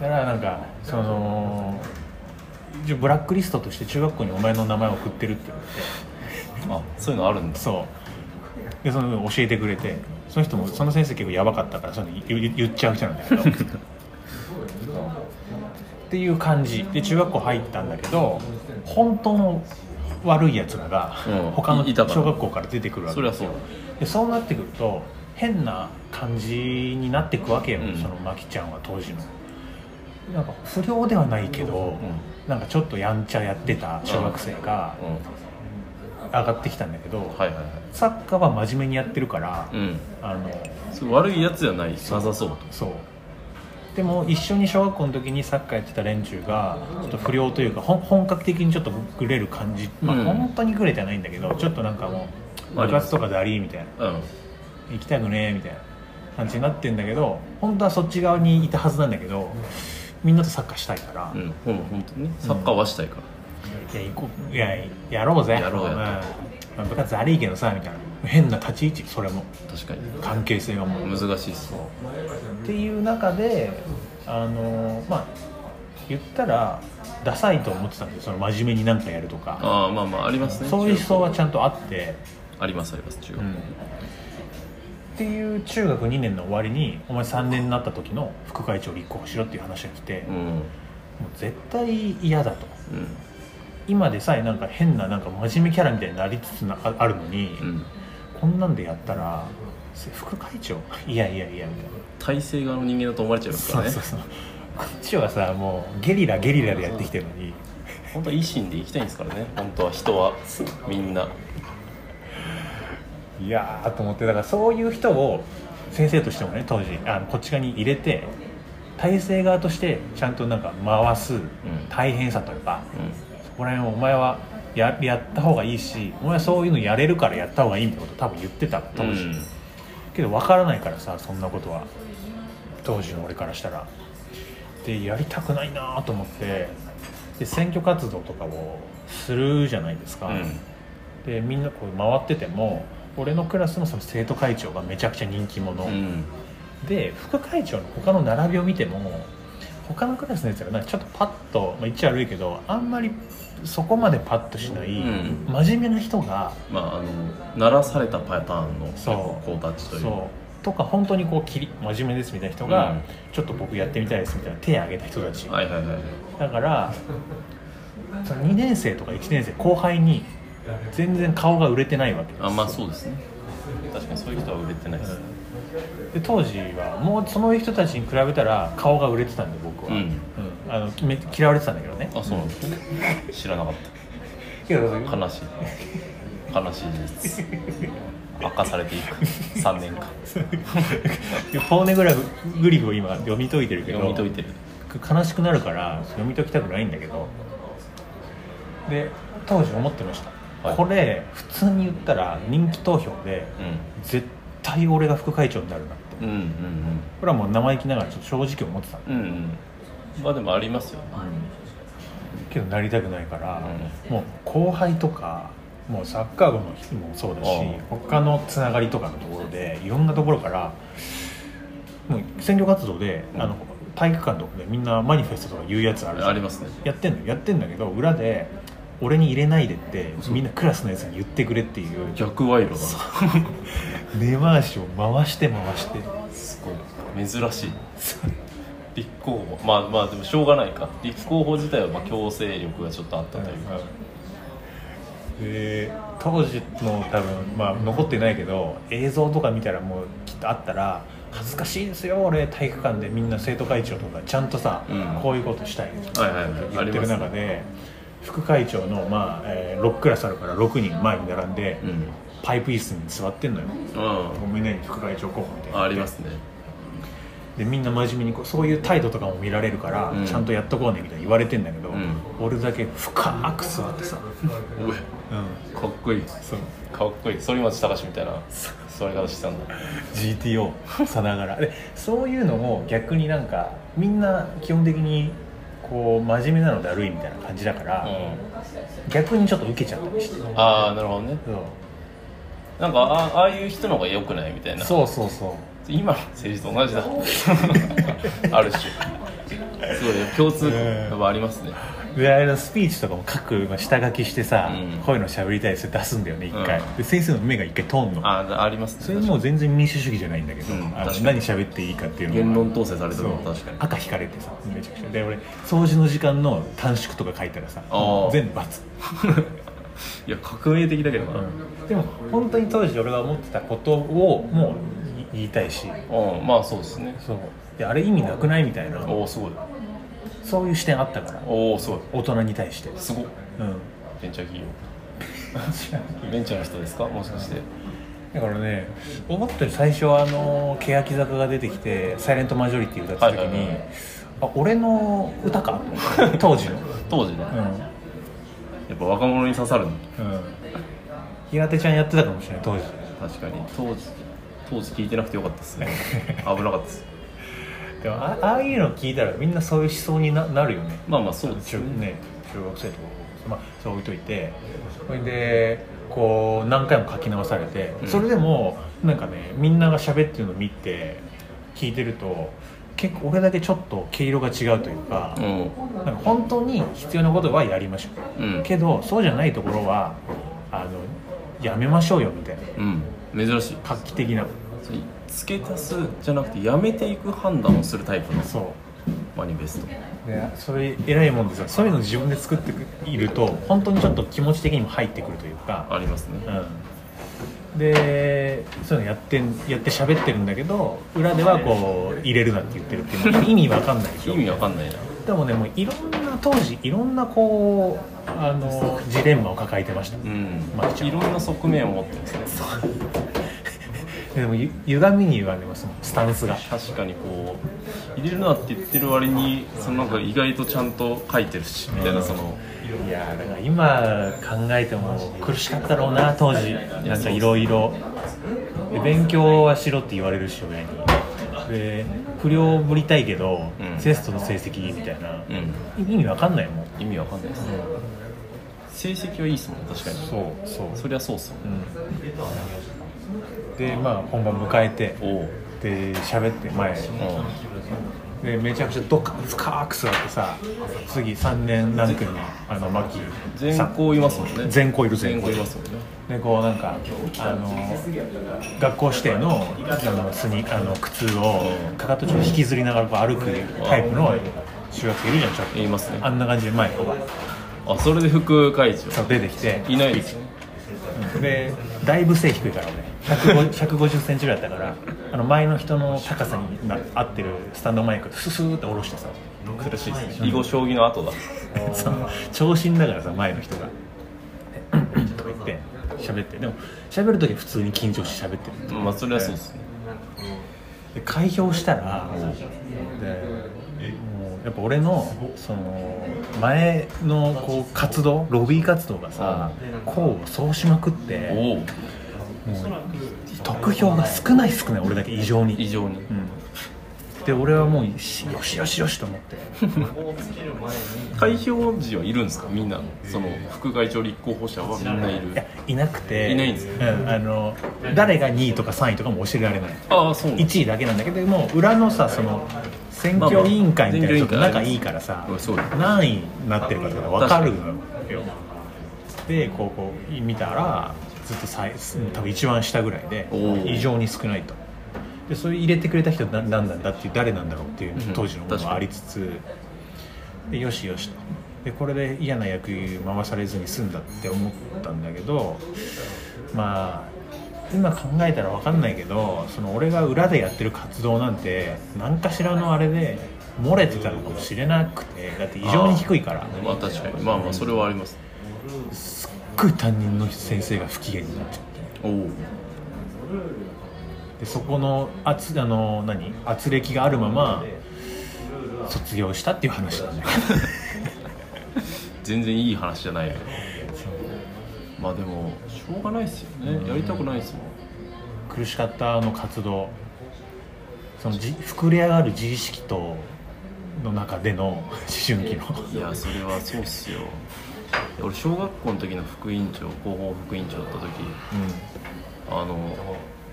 [SPEAKER 2] だからなんかその一応ブラックリストとして中学校にお前の名前を送ってるって言って
[SPEAKER 1] あそういうのあるんだ
[SPEAKER 2] そうでその教えてくれてその人もその先生結構やばかったからそういうの言言言っちゃう人なんだ
[SPEAKER 1] *laughs*
[SPEAKER 2] けどっていう感じで中学校入ったんだけど本当の悪いやつらが
[SPEAKER 1] うん
[SPEAKER 2] 他の
[SPEAKER 1] いたから
[SPEAKER 2] 小学校から出てくるわけ
[SPEAKER 1] そりゃそうだ
[SPEAKER 2] でそうなってくると変な感じになっていくわけよ、
[SPEAKER 1] うん
[SPEAKER 2] そのマキちゃんは当時のなんか不良ではないけど、なんかちょっとやんちゃやってた小学生が
[SPEAKER 1] うん
[SPEAKER 2] 上がってきたんだけど、
[SPEAKER 1] はいはいはい
[SPEAKER 2] サッカーは真面目にやってるから、
[SPEAKER 1] うん
[SPEAKER 2] あの
[SPEAKER 1] そう悪いやつじゃないなさそうと
[SPEAKER 2] そうでも一緒に小学校の時にサッカーやってた連中がちょっと不良というかほん本格的にちょっとグレる感じ、まあ
[SPEAKER 1] うん
[SPEAKER 2] 本当にグレてはないんだけどちょっとなんかもう
[SPEAKER 1] あ
[SPEAKER 2] 部
[SPEAKER 1] りま
[SPEAKER 2] 活
[SPEAKER 1] す
[SPEAKER 2] とかでありみたいな
[SPEAKER 1] うん
[SPEAKER 2] 行きたくねえみたいな感じになってんだけど本当はそっち側にいたはずなんだけどみんなとサッカーしたいから、
[SPEAKER 1] うんほんま本当にねサッカーはしたいから
[SPEAKER 2] いや行こういややろうぜ
[SPEAKER 1] やろうや
[SPEAKER 2] んまあ部活ありいけどさみたいな変な立ち位置それも
[SPEAKER 1] 確かに
[SPEAKER 2] 関係性がもう
[SPEAKER 1] 難しいっすわ
[SPEAKER 2] っていう中であのまあ言ったらダサいと思ってたんでその真面目になんかやるとか
[SPEAKER 1] ああまあまあありますね
[SPEAKER 2] そういう思
[SPEAKER 1] 中学
[SPEAKER 2] 想はちゃんとあって、
[SPEAKER 1] ありますあります中
[SPEAKER 2] う
[SPEAKER 1] 学
[SPEAKER 2] んっていう中学2年の終わりにお前3年になった時の副会長立候補しろっていう話が来て、
[SPEAKER 1] う
[SPEAKER 2] もうん絶対嫌だと
[SPEAKER 1] うん
[SPEAKER 2] 今でさえなんか変ななんか真面目キャラみたいになりつつなああるのに、
[SPEAKER 1] うん
[SPEAKER 2] こんなんでやったら副会長いやいやいやみたいな
[SPEAKER 1] 体制側の人間だと思われちゃいます
[SPEAKER 2] そ
[SPEAKER 1] か
[SPEAKER 2] う
[SPEAKER 1] らね
[SPEAKER 2] そうそうこっちはさもうゲリラゲリラでやってきてるのに
[SPEAKER 1] 本当は維新で行きたいんですからね本当は人はみんない
[SPEAKER 2] やーと思ってだからそういう人を先生としてもね当時あのこっち側に入れて体制側としてちゃんとなんか回す大変さというか、
[SPEAKER 1] う
[SPEAKER 2] そこら辺をお前はややった方がいいしお前はそういうのやれるからやった方がいいみたいなこと多分言ってた当
[SPEAKER 1] ん、う
[SPEAKER 2] 時、
[SPEAKER 1] ん、
[SPEAKER 2] けど分からないからさそんなことは当時の俺からしたらでやりたくないなと思ってで選挙活動とかをするじゃないですか、でみんなこう回ってても俺のクラスのその生徒会長がめちゃくちゃ人気者、
[SPEAKER 1] うん
[SPEAKER 2] で副会長の他の並びを見ても他のクラスのやつらなんかちょっとパッと、まあ、言っちゃ悪いけどあんまりそこまでパッとしない、
[SPEAKER 1] うん
[SPEAKER 2] 真面目な人が
[SPEAKER 1] まああの鳴らされたパターンの
[SPEAKER 2] そう
[SPEAKER 1] 子たちという
[SPEAKER 2] そうとか本当にこうきり真面目ですみたいな人が、
[SPEAKER 1] うん
[SPEAKER 2] ちょっと僕やってみたいですみたいな手を挙げた人たち、
[SPEAKER 1] はいはいはいはい
[SPEAKER 2] だからその2年生とか1年生後輩に全然顔が売れてないわけです
[SPEAKER 1] あまあそうですね確かにそういう人は売れてないです、
[SPEAKER 2] で当時はもうその人たちに比べたら顔が売れてたんで僕は、
[SPEAKER 1] うん
[SPEAKER 2] うんあのめ嫌われてたんだけどね
[SPEAKER 1] あそうなんですね知らなかっ
[SPEAKER 2] けど
[SPEAKER 1] た悲しい悲しいです明かされていく3年間
[SPEAKER 2] フォーネグラフグリフを今読み解いてるけど
[SPEAKER 1] *laughs* 読み解いてる
[SPEAKER 2] 悲しくなるから読み解きたくないんだけどで当時思ってました、
[SPEAKER 1] はい
[SPEAKER 2] これ普通に言ったら人気投票で絶対俺が副会長になるなって
[SPEAKER 1] うんうんうん
[SPEAKER 2] これはもう生意気ながらちょっと正直思ってた
[SPEAKER 1] うんうんうんまあでもありますよ、
[SPEAKER 2] けどなりたくないから、
[SPEAKER 1] う
[SPEAKER 2] もう後輩とかもうサッカー部の人もそうだし
[SPEAKER 1] う
[SPEAKER 2] 他のつながりとかのところでいろんなところからもう選挙活動で、
[SPEAKER 1] うん
[SPEAKER 2] あの体育館とかでみんなマニフェストとか言うやつあるじゃん
[SPEAKER 1] ありますね
[SPEAKER 2] やってんのやってんだけど裏で俺に入れないでってみんなクラスのやつに言ってくれっていう
[SPEAKER 1] 逆賄賂だ
[SPEAKER 2] *laughs* 根回しを回して回して
[SPEAKER 1] なすごい珍しい立候補まあまあでもしょうがないか立候補自体はまあ強制力がちょっとあったというか、
[SPEAKER 2] で当時の多分まあ残ってないけど映像とか見たらもうきっとあったら恥ずかしいですよ俺体育館でみんな生徒会長とかちゃんとさ、
[SPEAKER 1] うん
[SPEAKER 2] こういうことしたい
[SPEAKER 1] はいはいはいあ
[SPEAKER 2] 言っ
[SPEAKER 1] り
[SPEAKER 2] て
[SPEAKER 1] ま
[SPEAKER 2] る
[SPEAKER 1] す
[SPEAKER 2] 中
[SPEAKER 1] ね
[SPEAKER 2] で、副会長の、まあえ6クラスあるから6人前に並んで、
[SPEAKER 1] うん
[SPEAKER 2] パイプ椅子に座ってんのよ
[SPEAKER 1] うん
[SPEAKER 2] みんなに副会長候補みたいな
[SPEAKER 1] ありますね
[SPEAKER 2] でみんな真面目にこうそういう態度とかも見られるから、
[SPEAKER 1] うん
[SPEAKER 2] ちゃんとやっとこうねみたいに言われてんだけど、
[SPEAKER 1] うん
[SPEAKER 2] 俺だけ深く座ってさ、
[SPEAKER 1] うえかっこいい
[SPEAKER 2] そう
[SPEAKER 1] かっこいい反町隆史みたいな座り方してたんだ
[SPEAKER 2] GTO さながらでそういうのも逆になんかみんな基本的にこう真面目なのだるいみたいな感じだから、
[SPEAKER 1] うん
[SPEAKER 2] 逆にちょっと受けちゃったりしてそう
[SPEAKER 1] ああなるほどねなんかあああいう人の方が良くないみたいな
[SPEAKER 2] そうそうそう
[SPEAKER 1] 今の政治と同 *laughs* じだある種すごい共通
[SPEAKER 2] ねえ
[SPEAKER 1] 点はありますね
[SPEAKER 2] であれのスピーチとかも書くまあ下書きしてさ、
[SPEAKER 1] うん
[SPEAKER 2] こういうの喋りたいですって出すんだよね一回、
[SPEAKER 1] うん
[SPEAKER 2] で先生の目が一回通んの
[SPEAKER 1] ああありますね
[SPEAKER 2] それもう全然民主主義じゃないんだけど、
[SPEAKER 1] うん確
[SPEAKER 2] あの
[SPEAKER 1] かに
[SPEAKER 2] 何喋っていいかっていうのが
[SPEAKER 1] 言論統制されて
[SPEAKER 2] そ
[SPEAKER 1] るの
[SPEAKER 2] う
[SPEAKER 1] も確かに
[SPEAKER 2] 赤引かれてさめちゃくちゃで俺掃除の時間の短縮とか書いたらさ
[SPEAKER 1] あー
[SPEAKER 2] 全部罰、
[SPEAKER 1] *laughs* いや革命的だけどなう
[SPEAKER 2] でも本当に当時俺が思ってたことをもうい言いたいし
[SPEAKER 1] ん、まあそうですね
[SPEAKER 2] そうであれ意味なくないみたいな
[SPEAKER 1] おおすごい
[SPEAKER 2] そういう視点あったから
[SPEAKER 1] おおすごい
[SPEAKER 2] 大人に対して
[SPEAKER 1] すごい *laughs*
[SPEAKER 2] うん
[SPEAKER 1] ベンチャー企業ベンチャーの人ですかもしかして
[SPEAKER 2] だからね思ったより最初はあの欅坂が出てきて「サイレントマジョリティ」歌った時に、
[SPEAKER 1] はいはいはい
[SPEAKER 2] あ俺の歌かと思って当時の
[SPEAKER 1] 当時ね、
[SPEAKER 2] う
[SPEAKER 1] やっ
[SPEAKER 2] ん
[SPEAKER 1] ぱ若者に刺さるの
[SPEAKER 2] うん平手ちゃんやってたかもしれない当時
[SPEAKER 1] 確かに当時当時聞いてなくてよかったです
[SPEAKER 2] *laughs*
[SPEAKER 1] ね危なかったです
[SPEAKER 2] でもあああいうの聞いたらみんなそういう思想にななるよね
[SPEAKER 1] まあまあそうです
[SPEAKER 2] 中
[SPEAKER 1] よね
[SPEAKER 2] ね中学生とかまあそう置いといてそれでこう何回も書き直されて、
[SPEAKER 1] うん
[SPEAKER 2] それでもなんかねみんなが喋ってるのを見て聞いてると結構俺だけちょっと毛色が違うというか,、
[SPEAKER 1] うん
[SPEAKER 2] なんか本当に必要なことはやりましょう、
[SPEAKER 1] うん
[SPEAKER 2] けどそうじゃないところはあのやめましょうよみたいな
[SPEAKER 1] うん珍しい
[SPEAKER 2] 画期的な
[SPEAKER 1] それ付け足すじゃなくてやめていく判断をするタイプの
[SPEAKER 2] そう
[SPEAKER 1] マニフェスト
[SPEAKER 2] ね、それ偉いもんですよそういうの自分で作っていると本当にちょっと気持ち的にも入ってくるというか、
[SPEAKER 1] ありますね
[SPEAKER 2] うん、でそういうのやってんやって喋ってるんだけど裏ではこう入れるなって言ってるっていうのは意 *laughs* 味わかんないでしょ
[SPEAKER 1] 意味わかんないな
[SPEAKER 2] でもねもういろんな当時いろんなこうあのジレンマを抱えてました、
[SPEAKER 1] うん、
[SPEAKER 2] まあ一応
[SPEAKER 1] いろんな側面を持ってますね
[SPEAKER 2] でもゆ歪みに言われますもんスタンスが
[SPEAKER 1] 確かにこう入れるなって言ってる割にそのなんか意外とちゃんと書いてるしみたいなその
[SPEAKER 2] いやーだから今考えても苦しかったろうな当時なんかいろいろで勉強はしろって言われるし親にで不良ぶりたいけど、
[SPEAKER 1] うん
[SPEAKER 2] テストの成績いいみたいな
[SPEAKER 1] う、ん
[SPEAKER 2] 意味わかんないもん、
[SPEAKER 1] 意味わかんないですね成績はいいですもん確かに
[SPEAKER 2] そうそう
[SPEAKER 1] そりゃそうっすもん
[SPEAKER 2] うんでまあ本番迎えて
[SPEAKER 1] おおう
[SPEAKER 2] で喋って前でめちゃくちゃどか深く座ってさ次3年何組にあの牧
[SPEAKER 1] 全
[SPEAKER 2] さん
[SPEAKER 1] 校いますもんね
[SPEAKER 2] 全校いる
[SPEAKER 1] 全
[SPEAKER 2] 全
[SPEAKER 1] 校
[SPEAKER 2] 校
[SPEAKER 1] いますもんね
[SPEAKER 2] でこうなんかあの学校指定のあのスニあの靴をかかとちょっと引きずりながらこう歩くタイプの中学生いるじゃんちょっ
[SPEAKER 1] いますね
[SPEAKER 2] とあんな感じで前にこ
[SPEAKER 1] あそれで副会長
[SPEAKER 2] うそう出てきて
[SPEAKER 1] いないですね
[SPEAKER 2] でだいぶ背低いから俺150 150センチぐらいだったからあの前の人の高さにな合ってるスタンドマイクススーって下ろしてさ
[SPEAKER 1] 苦しいですね囲碁将棋の後だ
[SPEAKER 2] *laughs* その長身だからさ前の人がでとか言って喋ってでも喋る時は普通に緊張して喋ってる
[SPEAKER 1] まあそれはそうっすね
[SPEAKER 2] で開票したらでもうやっぱ俺のその前のこう活動ロビー活動がさ功をそうしまくってもう
[SPEAKER 1] おおう
[SPEAKER 2] 得票が少ない少ない俺だけ異常に
[SPEAKER 1] 異常に
[SPEAKER 2] うん、で俺はもうしよしよしよしと思って
[SPEAKER 1] 開票時はいるんですかみんなその副会長立候補者はみんないる
[SPEAKER 2] いやいなくて
[SPEAKER 1] いないんです
[SPEAKER 2] うん、あの誰が2位とか3位とかも教えられない
[SPEAKER 1] ああそうなんだ
[SPEAKER 2] 1位だけなんだけどもう裏のさその選挙委員会みたいなちょっと仲いいからさ
[SPEAKER 1] まあそうだ
[SPEAKER 2] 何位になってるかとか分かるのよでこうこう見たらずっと最多分一番下ぐらいで
[SPEAKER 1] おー
[SPEAKER 2] 異常に少ないとでそれ入れてくれた人ななんなんだっていう誰なんだろうっていう当時のものもありつつでよしよしとでこれで嫌な役回されずに済んだって思ったんだけどまあ今考えたら分かんないけどその俺が裏でやってる活動なんて何かしらのあれで漏れてたのかもしれなくてだって異常に低いから
[SPEAKER 1] まあ確かにまあまあそれはあります
[SPEAKER 2] すっごい担任の先生が不機嫌になっちゃっ
[SPEAKER 1] お
[SPEAKER 2] て
[SPEAKER 1] お
[SPEAKER 2] でそこのあつあの何圧力があるまま卒業したっていう話なんだけど
[SPEAKER 1] 全然いい話じゃないよねまあでもしょうがないですよねやりたくないですもん
[SPEAKER 2] 苦しかったあの活動そのじ膨れ上がる自意識との中での思春期の
[SPEAKER 1] いやそれはそうっすよ俺小学校の時の副委員長広報副委員長だった時あの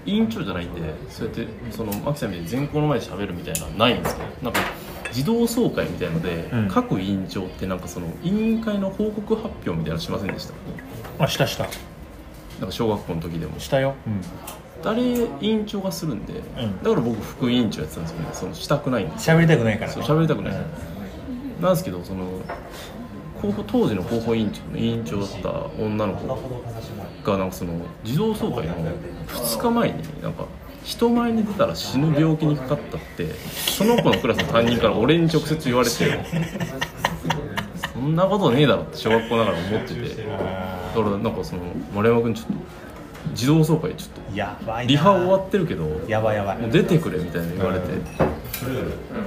[SPEAKER 1] 委員長じゃないんでそうやってそのマキさんみたいに全校の前で喋るみたいなのはないんですけどなんか児童総会みたいので、
[SPEAKER 2] うん
[SPEAKER 1] 各委員長ってなんかその委員会の報告発表みたいなのしませんでした
[SPEAKER 2] あしたした
[SPEAKER 1] なんか小学校の時でも
[SPEAKER 2] したよ、うん、
[SPEAKER 1] 誰委員長がするんで、
[SPEAKER 2] ん
[SPEAKER 1] だから僕副委員長やってたんですよねそのしたくないんです
[SPEAKER 2] 喋りたくないから
[SPEAKER 1] そ
[SPEAKER 2] ね
[SPEAKER 1] う喋りたくない、
[SPEAKER 2] うん
[SPEAKER 1] なんですけどその候補当時の候補委員長の委員長だった女の子がなんかその児童総会の2日前になんか人前に出たら死ぬ病気にかかったってその子のクラスの担任から俺に直接言われてそんなことねえだろって小学校ながら思っててだからなんかその丸山君ちょっと児童総会ちょっと
[SPEAKER 2] やばいな
[SPEAKER 1] リハ終わってるけど
[SPEAKER 2] やばいやばい
[SPEAKER 1] もう出てくれみたいな言われて、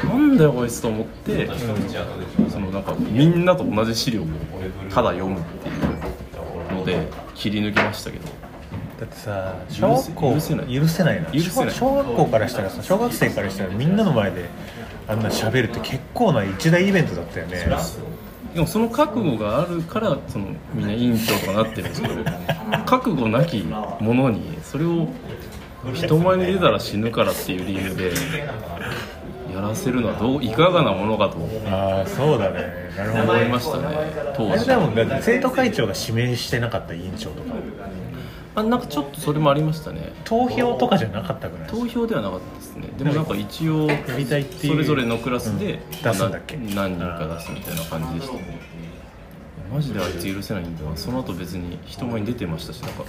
[SPEAKER 1] なんだよこいつと思って、そのなんかみんなと同じ資料をただ読むっていうので切り抜けましたけど
[SPEAKER 2] だってさ小学校
[SPEAKER 1] 許せない
[SPEAKER 2] 許せないな
[SPEAKER 1] 許せない
[SPEAKER 2] 小小学校からしたらさ小学生からしたらみんなの前であんな喋るって結構な一大イベントだったよね
[SPEAKER 1] でもその覚悟があるからそのみんな委員長とかなってるんですけど覚悟なきものにそれを人前に出たら死ぬからっていう理由でやらせるのはどういかがなものかと
[SPEAKER 2] ああそうだねなるほど
[SPEAKER 1] 思いましたね当
[SPEAKER 2] あれ
[SPEAKER 1] 時
[SPEAKER 2] だもんだって生徒会長が指名してなかった委員長とか
[SPEAKER 1] あなんかちょっとそれもありましたね
[SPEAKER 2] 投票とかじゃなかったくない
[SPEAKER 1] 投票ではなかったですねでもなんか一応
[SPEAKER 2] やりたいっていう
[SPEAKER 1] それぞれのクラスで
[SPEAKER 2] うん出すんだっけ
[SPEAKER 1] な何人か出すみたいな感じでしたね、マジであいつ許せないんだなその後別に人前に出てましたしなんか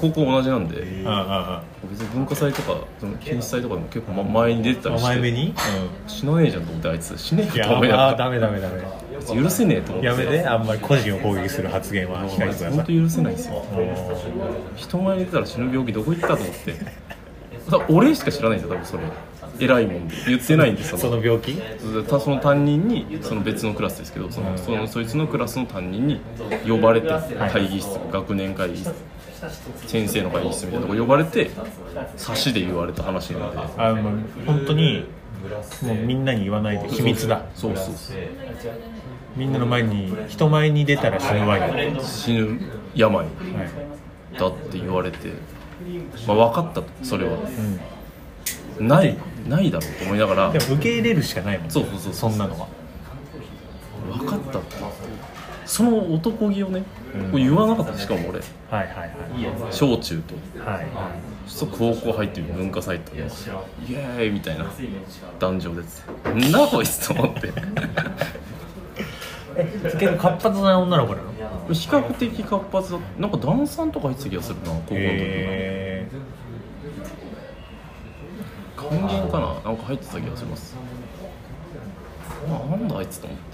[SPEAKER 1] 高校同じなんで
[SPEAKER 2] うんうんうん
[SPEAKER 1] 別に文化祭とかその検視祭とかでも結構ま前に出てたり
[SPEAKER 2] お
[SPEAKER 1] して
[SPEAKER 2] 前目に、
[SPEAKER 1] 死なねえじゃんと思ってあいつ死ね
[SPEAKER 2] うん、い
[SPEAKER 1] えよ
[SPEAKER 2] や
[SPEAKER 1] と思いな
[SPEAKER 2] あー
[SPEAKER 1] がら
[SPEAKER 2] ダメダメダメ
[SPEAKER 1] あいつ許せねえと思って
[SPEAKER 2] やめてあんまり個人を攻撃する発言は控えてくだ
[SPEAKER 1] 本
[SPEAKER 2] さ
[SPEAKER 1] 当
[SPEAKER 2] い
[SPEAKER 1] 許せないんですよ人前に出たら死ぬ病気どこ行ったと思ってだから俺しか知らないんですよ多分それ偉いもんで言ってないんですよ
[SPEAKER 2] その病気
[SPEAKER 1] たその担任にその別のクラスですけどそのそのそいつのクラスの担任に呼ばれて会議室学年会議室先生の会議室みたいなとこ呼ばれて差しで言われた話なんで
[SPEAKER 2] あの本当にもうみんなに言わないで秘密だ
[SPEAKER 1] そうそうそう
[SPEAKER 2] みんなの前に人前に出たら死ぬわよ、はい、
[SPEAKER 1] 死ぬ病だって言われて、まあ、分かったとそれは、ないないだろうと思いながら
[SPEAKER 2] でも受け入れるしかないもん
[SPEAKER 1] そうそうそう
[SPEAKER 2] そんなのは
[SPEAKER 1] 分かったってその男気をね、こう言わなかったしかも俺
[SPEAKER 2] はいはいはい
[SPEAKER 1] 小中と
[SPEAKER 2] は
[SPEAKER 1] そこ高校入って文化祭ってイエーイみたいな壇上ですんなこいつと思 *laughs* って
[SPEAKER 2] い結構活発な女の子なの
[SPEAKER 1] 比較的活発だなんかダンサーとか入ってた気がするな高校の時
[SPEAKER 2] へえ
[SPEAKER 1] 還元かななんか入ってた気がしますななんだあいつと思って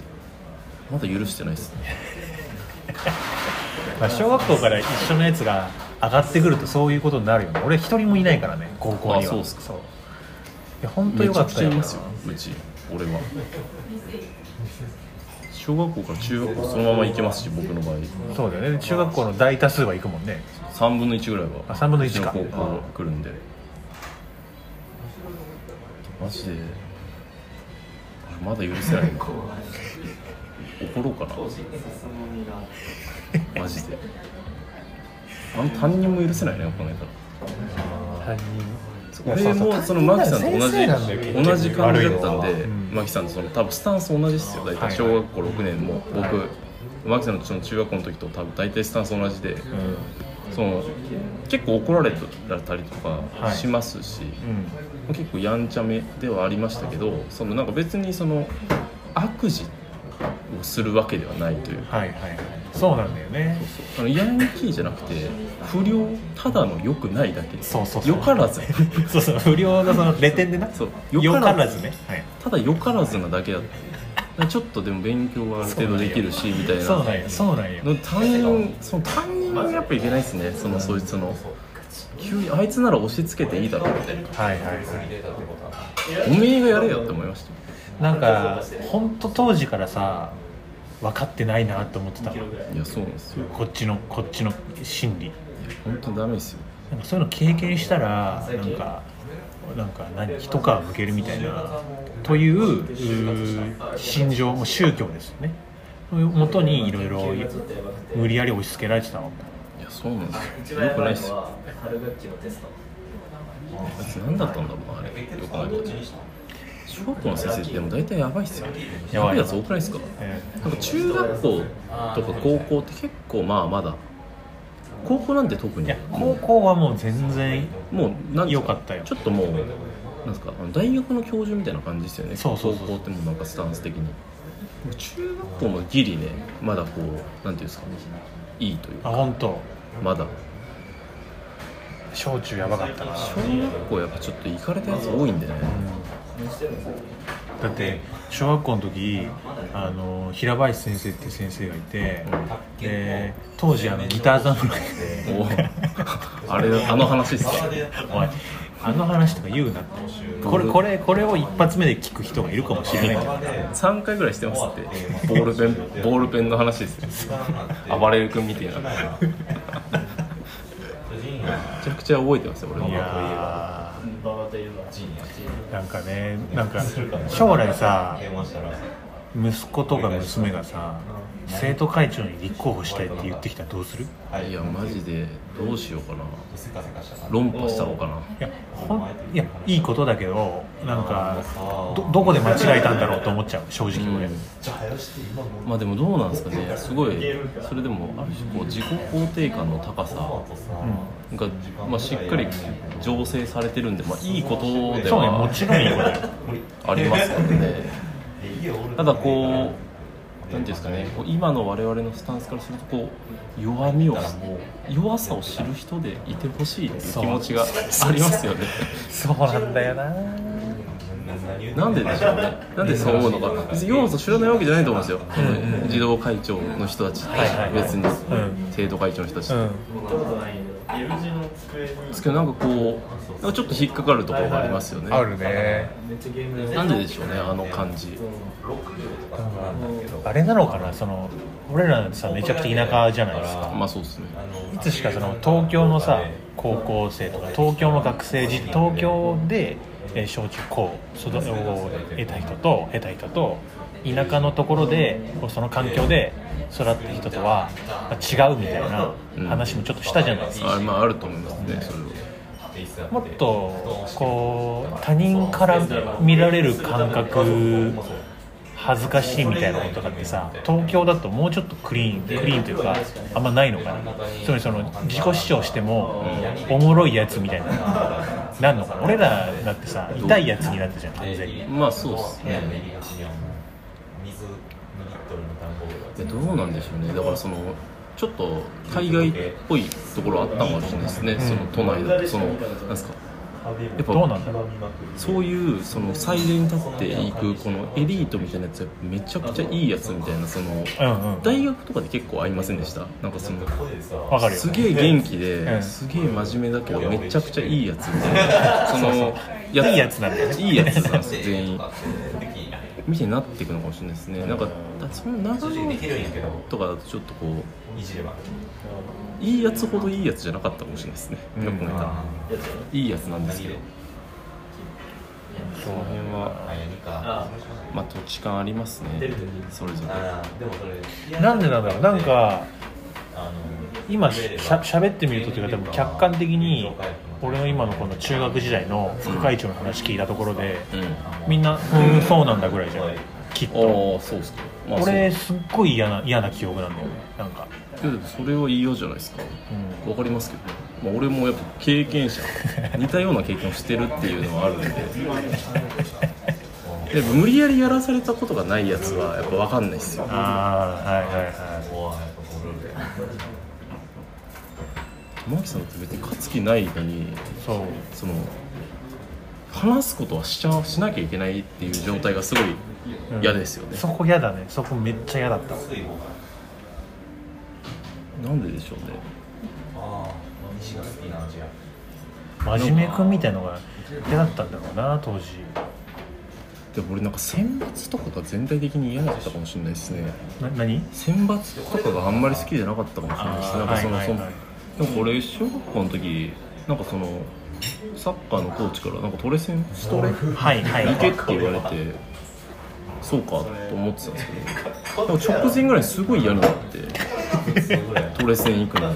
[SPEAKER 1] まだ許してないっすね
[SPEAKER 2] まあ、小学校から一緒のやつが上がってくるとそういうことになるよね俺一人もいないからね高校には
[SPEAKER 1] あそうっすか
[SPEAKER 2] そういや本当
[SPEAKER 1] め
[SPEAKER 2] よ
[SPEAKER 1] ち
[SPEAKER 2] か
[SPEAKER 1] ゃ
[SPEAKER 2] っ
[SPEAKER 1] く
[SPEAKER 2] た
[SPEAKER 1] ちゃ
[SPEAKER 2] よ
[SPEAKER 1] いますようち俺は小学校から中学校そのまま行けますし僕の場合
[SPEAKER 2] そうだよね中学校の大多数は行くもんね
[SPEAKER 1] 3分の1ぐらいは
[SPEAKER 2] あ3分の1か
[SPEAKER 1] うちの高校来るんでマジであまだ許せないのか怒ろうかなマジであの担任も許せないね考えたら
[SPEAKER 2] 担任
[SPEAKER 1] 俺もそのマキさんと同じ同じ感じだったんで、
[SPEAKER 2] うん
[SPEAKER 1] マキさんとその多分スタンス同じですよ大
[SPEAKER 2] はいは
[SPEAKER 1] 体
[SPEAKER 2] い
[SPEAKER 1] 小学校6年も僕、マキさんのその中学校の時と多分大体スタンス同じで、その結構怒られたりとかしますし、
[SPEAKER 2] うん
[SPEAKER 1] 結構やんちゃめではありましたけどそのなんか別にその悪事をするわけではないというか
[SPEAKER 2] はいはいはいそうなんだよね
[SPEAKER 1] あのヤンキーじゃなくて不良ただの良くないだけ
[SPEAKER 2] そうそうそう
[SPEAKER 1] よからず
[SPEAKER 2] *laughs* そうそう不良のそのレ点でな
[SPEAKER 1] そう
[SPEAKER 2] よからずね、はい、
[SPEAKER 1] ただよからずなだけだってだからちょっとでも勉強はある程度できるしみたいな
[SPEAKER 2] そうなんよそうなんよ
[SPEAKER 1] の担任その担任がやっぱいけないですねそのそいつの急にあいつなら押し付けていいだろうみたいな
[SPEAKER 2] はいはいはい
[SPEAKER 1] おめえがやれよって思いました
[SPEAKER 2] なんか本当当時からさ分かってないなと思ってたわ
[SPEAKER 1] いやそうなんですよいや
[SPEAKER 2] こっちのこっちの心理
[SPEAKER 1] 本当にダメですよ
[SPEAKER 2] なんかそういうの経験したらなんかなんか何一皮むけるみたいなといううー心情もう宗教ですよねそういうもとにいろいろ無理やり押し付けられてたの
[SPEAKER 1] いやそうなんですよよくないっすよあいつ何だったんだろうなあれよくないこと小学校の先生ってでも大体やばいっすよやばいやつ多くないっすか
[SPEAKER 2] え
[SPEAKER 1] なんか中学校とか高校って結構まあまだ高校なんて特
[SPEAKER 2] えい
[SPEAKER 1] に
[SPEAKER 2] や高校はもう全然
[SPEAKER 1] もう何
[SPEAKER 2] 良かったよ
[SPEAKER 1] ちょっともうなんですかあの大学の教授みたいな感じですよね
[SPEAKER 2] そうそうそう
[SPEAKER 1] 高校ってもうなんかスタンス的に中学校もギリねまだこうなんていうんですかいいという
[SPEAKER 2] あ
[SPEAKER 1] か
[SPEAKER 2] 本当
[SPEAKER 1] まだ
[SPEAKER 2] 小中やばかったな
[SPEAKER 1] 小学校やっぱちょっと行かれたやつ多いんでね
[SPEAKER 2] だって小学校の時あの平林先生っていう先生がいて、で当時あのギター侍で
[SPEAKER 1] お *laughs* あれあの話っすね
[SPEAKER 2] おいあの話とか言うなってこれこれこれを一発目で聞く人がいるかもしれないから
[SPEAKER 1] 3回ぐらいしてますってボールペンボールペンの話ですね暴れる君みたいなめちゃくちゃ覚えてますよ俺
[SPEAKER 2] い
[SPEAKER 1] も
[SPEAKER 2] やーなんかねなんか将来さ息子とか娘がさ生徒会長に立候補したいって言ってきたらどうする
[SPEAKER 1] いやマジでどうしようかな論破したのかない
[SPEAKER 2] やほんいやいいことだけどなんかどどこで間違えたんだろうと思っちゃう正直俺、
[SPEAKER 1] うんまあでもどうなんですかねすごいそれでもある種こう自己肯定感の高さが、まあ、しっかり醸成されてるんで、まあ、いいことで
[SPEAKER 2] そうねも
[SPEAKER 1] は
[SPEAKER 2] ちろんいいことだよ
[SPEAKER 1] ありますので、ただこなんていうんですかねこう今の我々のスタンスからするとこう弱みを弱さを知る人でいてほしいっていう気持ちがありますよね
[SPEAKER 2] そうなんだよな
[SPEAKER 1] なんででしょうねなんでそう思うのか別に要素知らないわけじゃないと思うんですよ、この児童会長の人たちって別に
[SPEAKER 2] ん
[SPEAKER 1] 生徒会長の人たちって、
[SPEAKER 2] うん
[SPEAKER 1] ですけどなんかこうなんかちょっと引っかかるところがありますよね
[SPEAKER 2] あるね
[SPEAKER 1] なんででしょうねあの感じ
[SPEAKER 2] なんかあれなのかなその俺らなんてさめちゃくちゃ田舎じゃないですか
[SPEAKER 1] まあそうですね
[SPEAKER 2] いつしかその東京のさ高校生とか東京の学生時東京でえー小中高そのを得た人と得た人と田舎のところでこうその環境で育った人とはまあ違うみたいな話もちょっとしたじゃないですか、
[SPEAKER 1] あまああると思いますねそれは
[SPEAKER 2] もっとこう他人から見られる感覚恥ずかしいみたいなことかってさ東京だともうちょっとクリーンクリーンというかあんまないのかなつまりその自己主張してもおもろいやつみたいななんのかな俺らだってさ痛いやつになったじゃん完全に
[SPEAKER 1] まあそうですねでどうなんでしょうねだからそのちょっと海外っぽいところあったかもしれないですね、その都内だとそのなんですかやっ
[SPEAKER 2] ど
[SPEAKER 1] ぱ
[SPEAKER 2] うなんだろう
[SPEAKER 1] そういうその最善に立っていくこのエリートみたいなやつはめちゃくちゃいいやつみたいなその
[SPEAKER 2] うんうん
[SPEAKER 1] 大学とかで結構ありませんでしたなんかその
[SPEAKER 2] わかるよ
[SPEAKER 1] すげえ元気
[SPEAKER 2] う
[SPEAKER 1] で
[SPEAKER 2] ん
[SPEAKER 1] すげえ真面目だけどめちゃくちゃいいやつみたいなその
[SPEAKER 2] いいやつなんだよね
[SPEAKER 1] いいやつなんですよ *laughs* 全員みたいになっていくのかもしれないですねなんかだその長野とかだとちょっとこういいやつほどいいやつじゃなかったかもしれないですね
[SPEAKER 2] うん
[SPEAKER 1] よく考えたらいいやつなんですけど
[SPEAKER 2] そう
[SPEAKER 1] この辺はまあ土地感ありますねそれぞれ
[SPEAKER 2] なんでなんだろうなんか今しゃしゃべってみるとというかでも客観的に俺の今のこの中学時代の副会長の話聞いたところで、
[SPEAKER 1] うん
[SPEAKER 2] みんな「うんそうなんだ」ぐらいじゃないきっと
[SPEAKER 1] ああそうっすかまあそう
[SPEAKER 2] 俺すっごい嫌な嫌な記憶なんだよねなんか、
[SPEAKER 1] いやでもそれはいいようじゃないですか
[SPEAKER 2] うん、
[SPEAKER 1] わかりますけど、まあ、俺もやっぱ経験者似たような経験をしてるっていうのはあるんででも無理やりやらされたことがないやつはやっぱ分かんないっすよ
[SPEAKER 2] ああはいはいはい
[SPEAKER 1] 玉木さんって別に勝つ気ないのに
[SPEAKER 2] そう
[SPEAKER 1] その話すことはしちゃしなきゃいけないっていう状態がすごい
[SPEAKER 2] うん
[SPEAKER 1] 嫌ですよね、
[SPEAKER 2] そこ嫌だねそこめっちゃ嫌だった
[SPEAKER 1] なんででしょうね
[SPEAKER 2] 真面目くんみたいのが嫌だったんだろうな当時
[SPEAKER 1] でも俺なんか選抜とかが全体的に嫌だったかもしれないですね
[SPEAKER 2] な何
[SPEAKER 1] 選抜とかがあんまり好きじゃなかったかもしれないですなんかその
[SPEAKER 2] あーはい
[SPEAKER 1] そ
[SPEAKER 2] はい
[SPEAKER 1] の
[SPEAKER 2] はい
[SPEAKER 1] なんか俺小学校の時なんかそのサッカーのコーチからなんかトレセンストレ行
[SPEAKER 2] はいはい
[SPEAKER 1] けって言われてそうかと思ってたんですけどなんか直前ぐらいすごい嫌になってトレセン行くの
[SPEAKER 2] い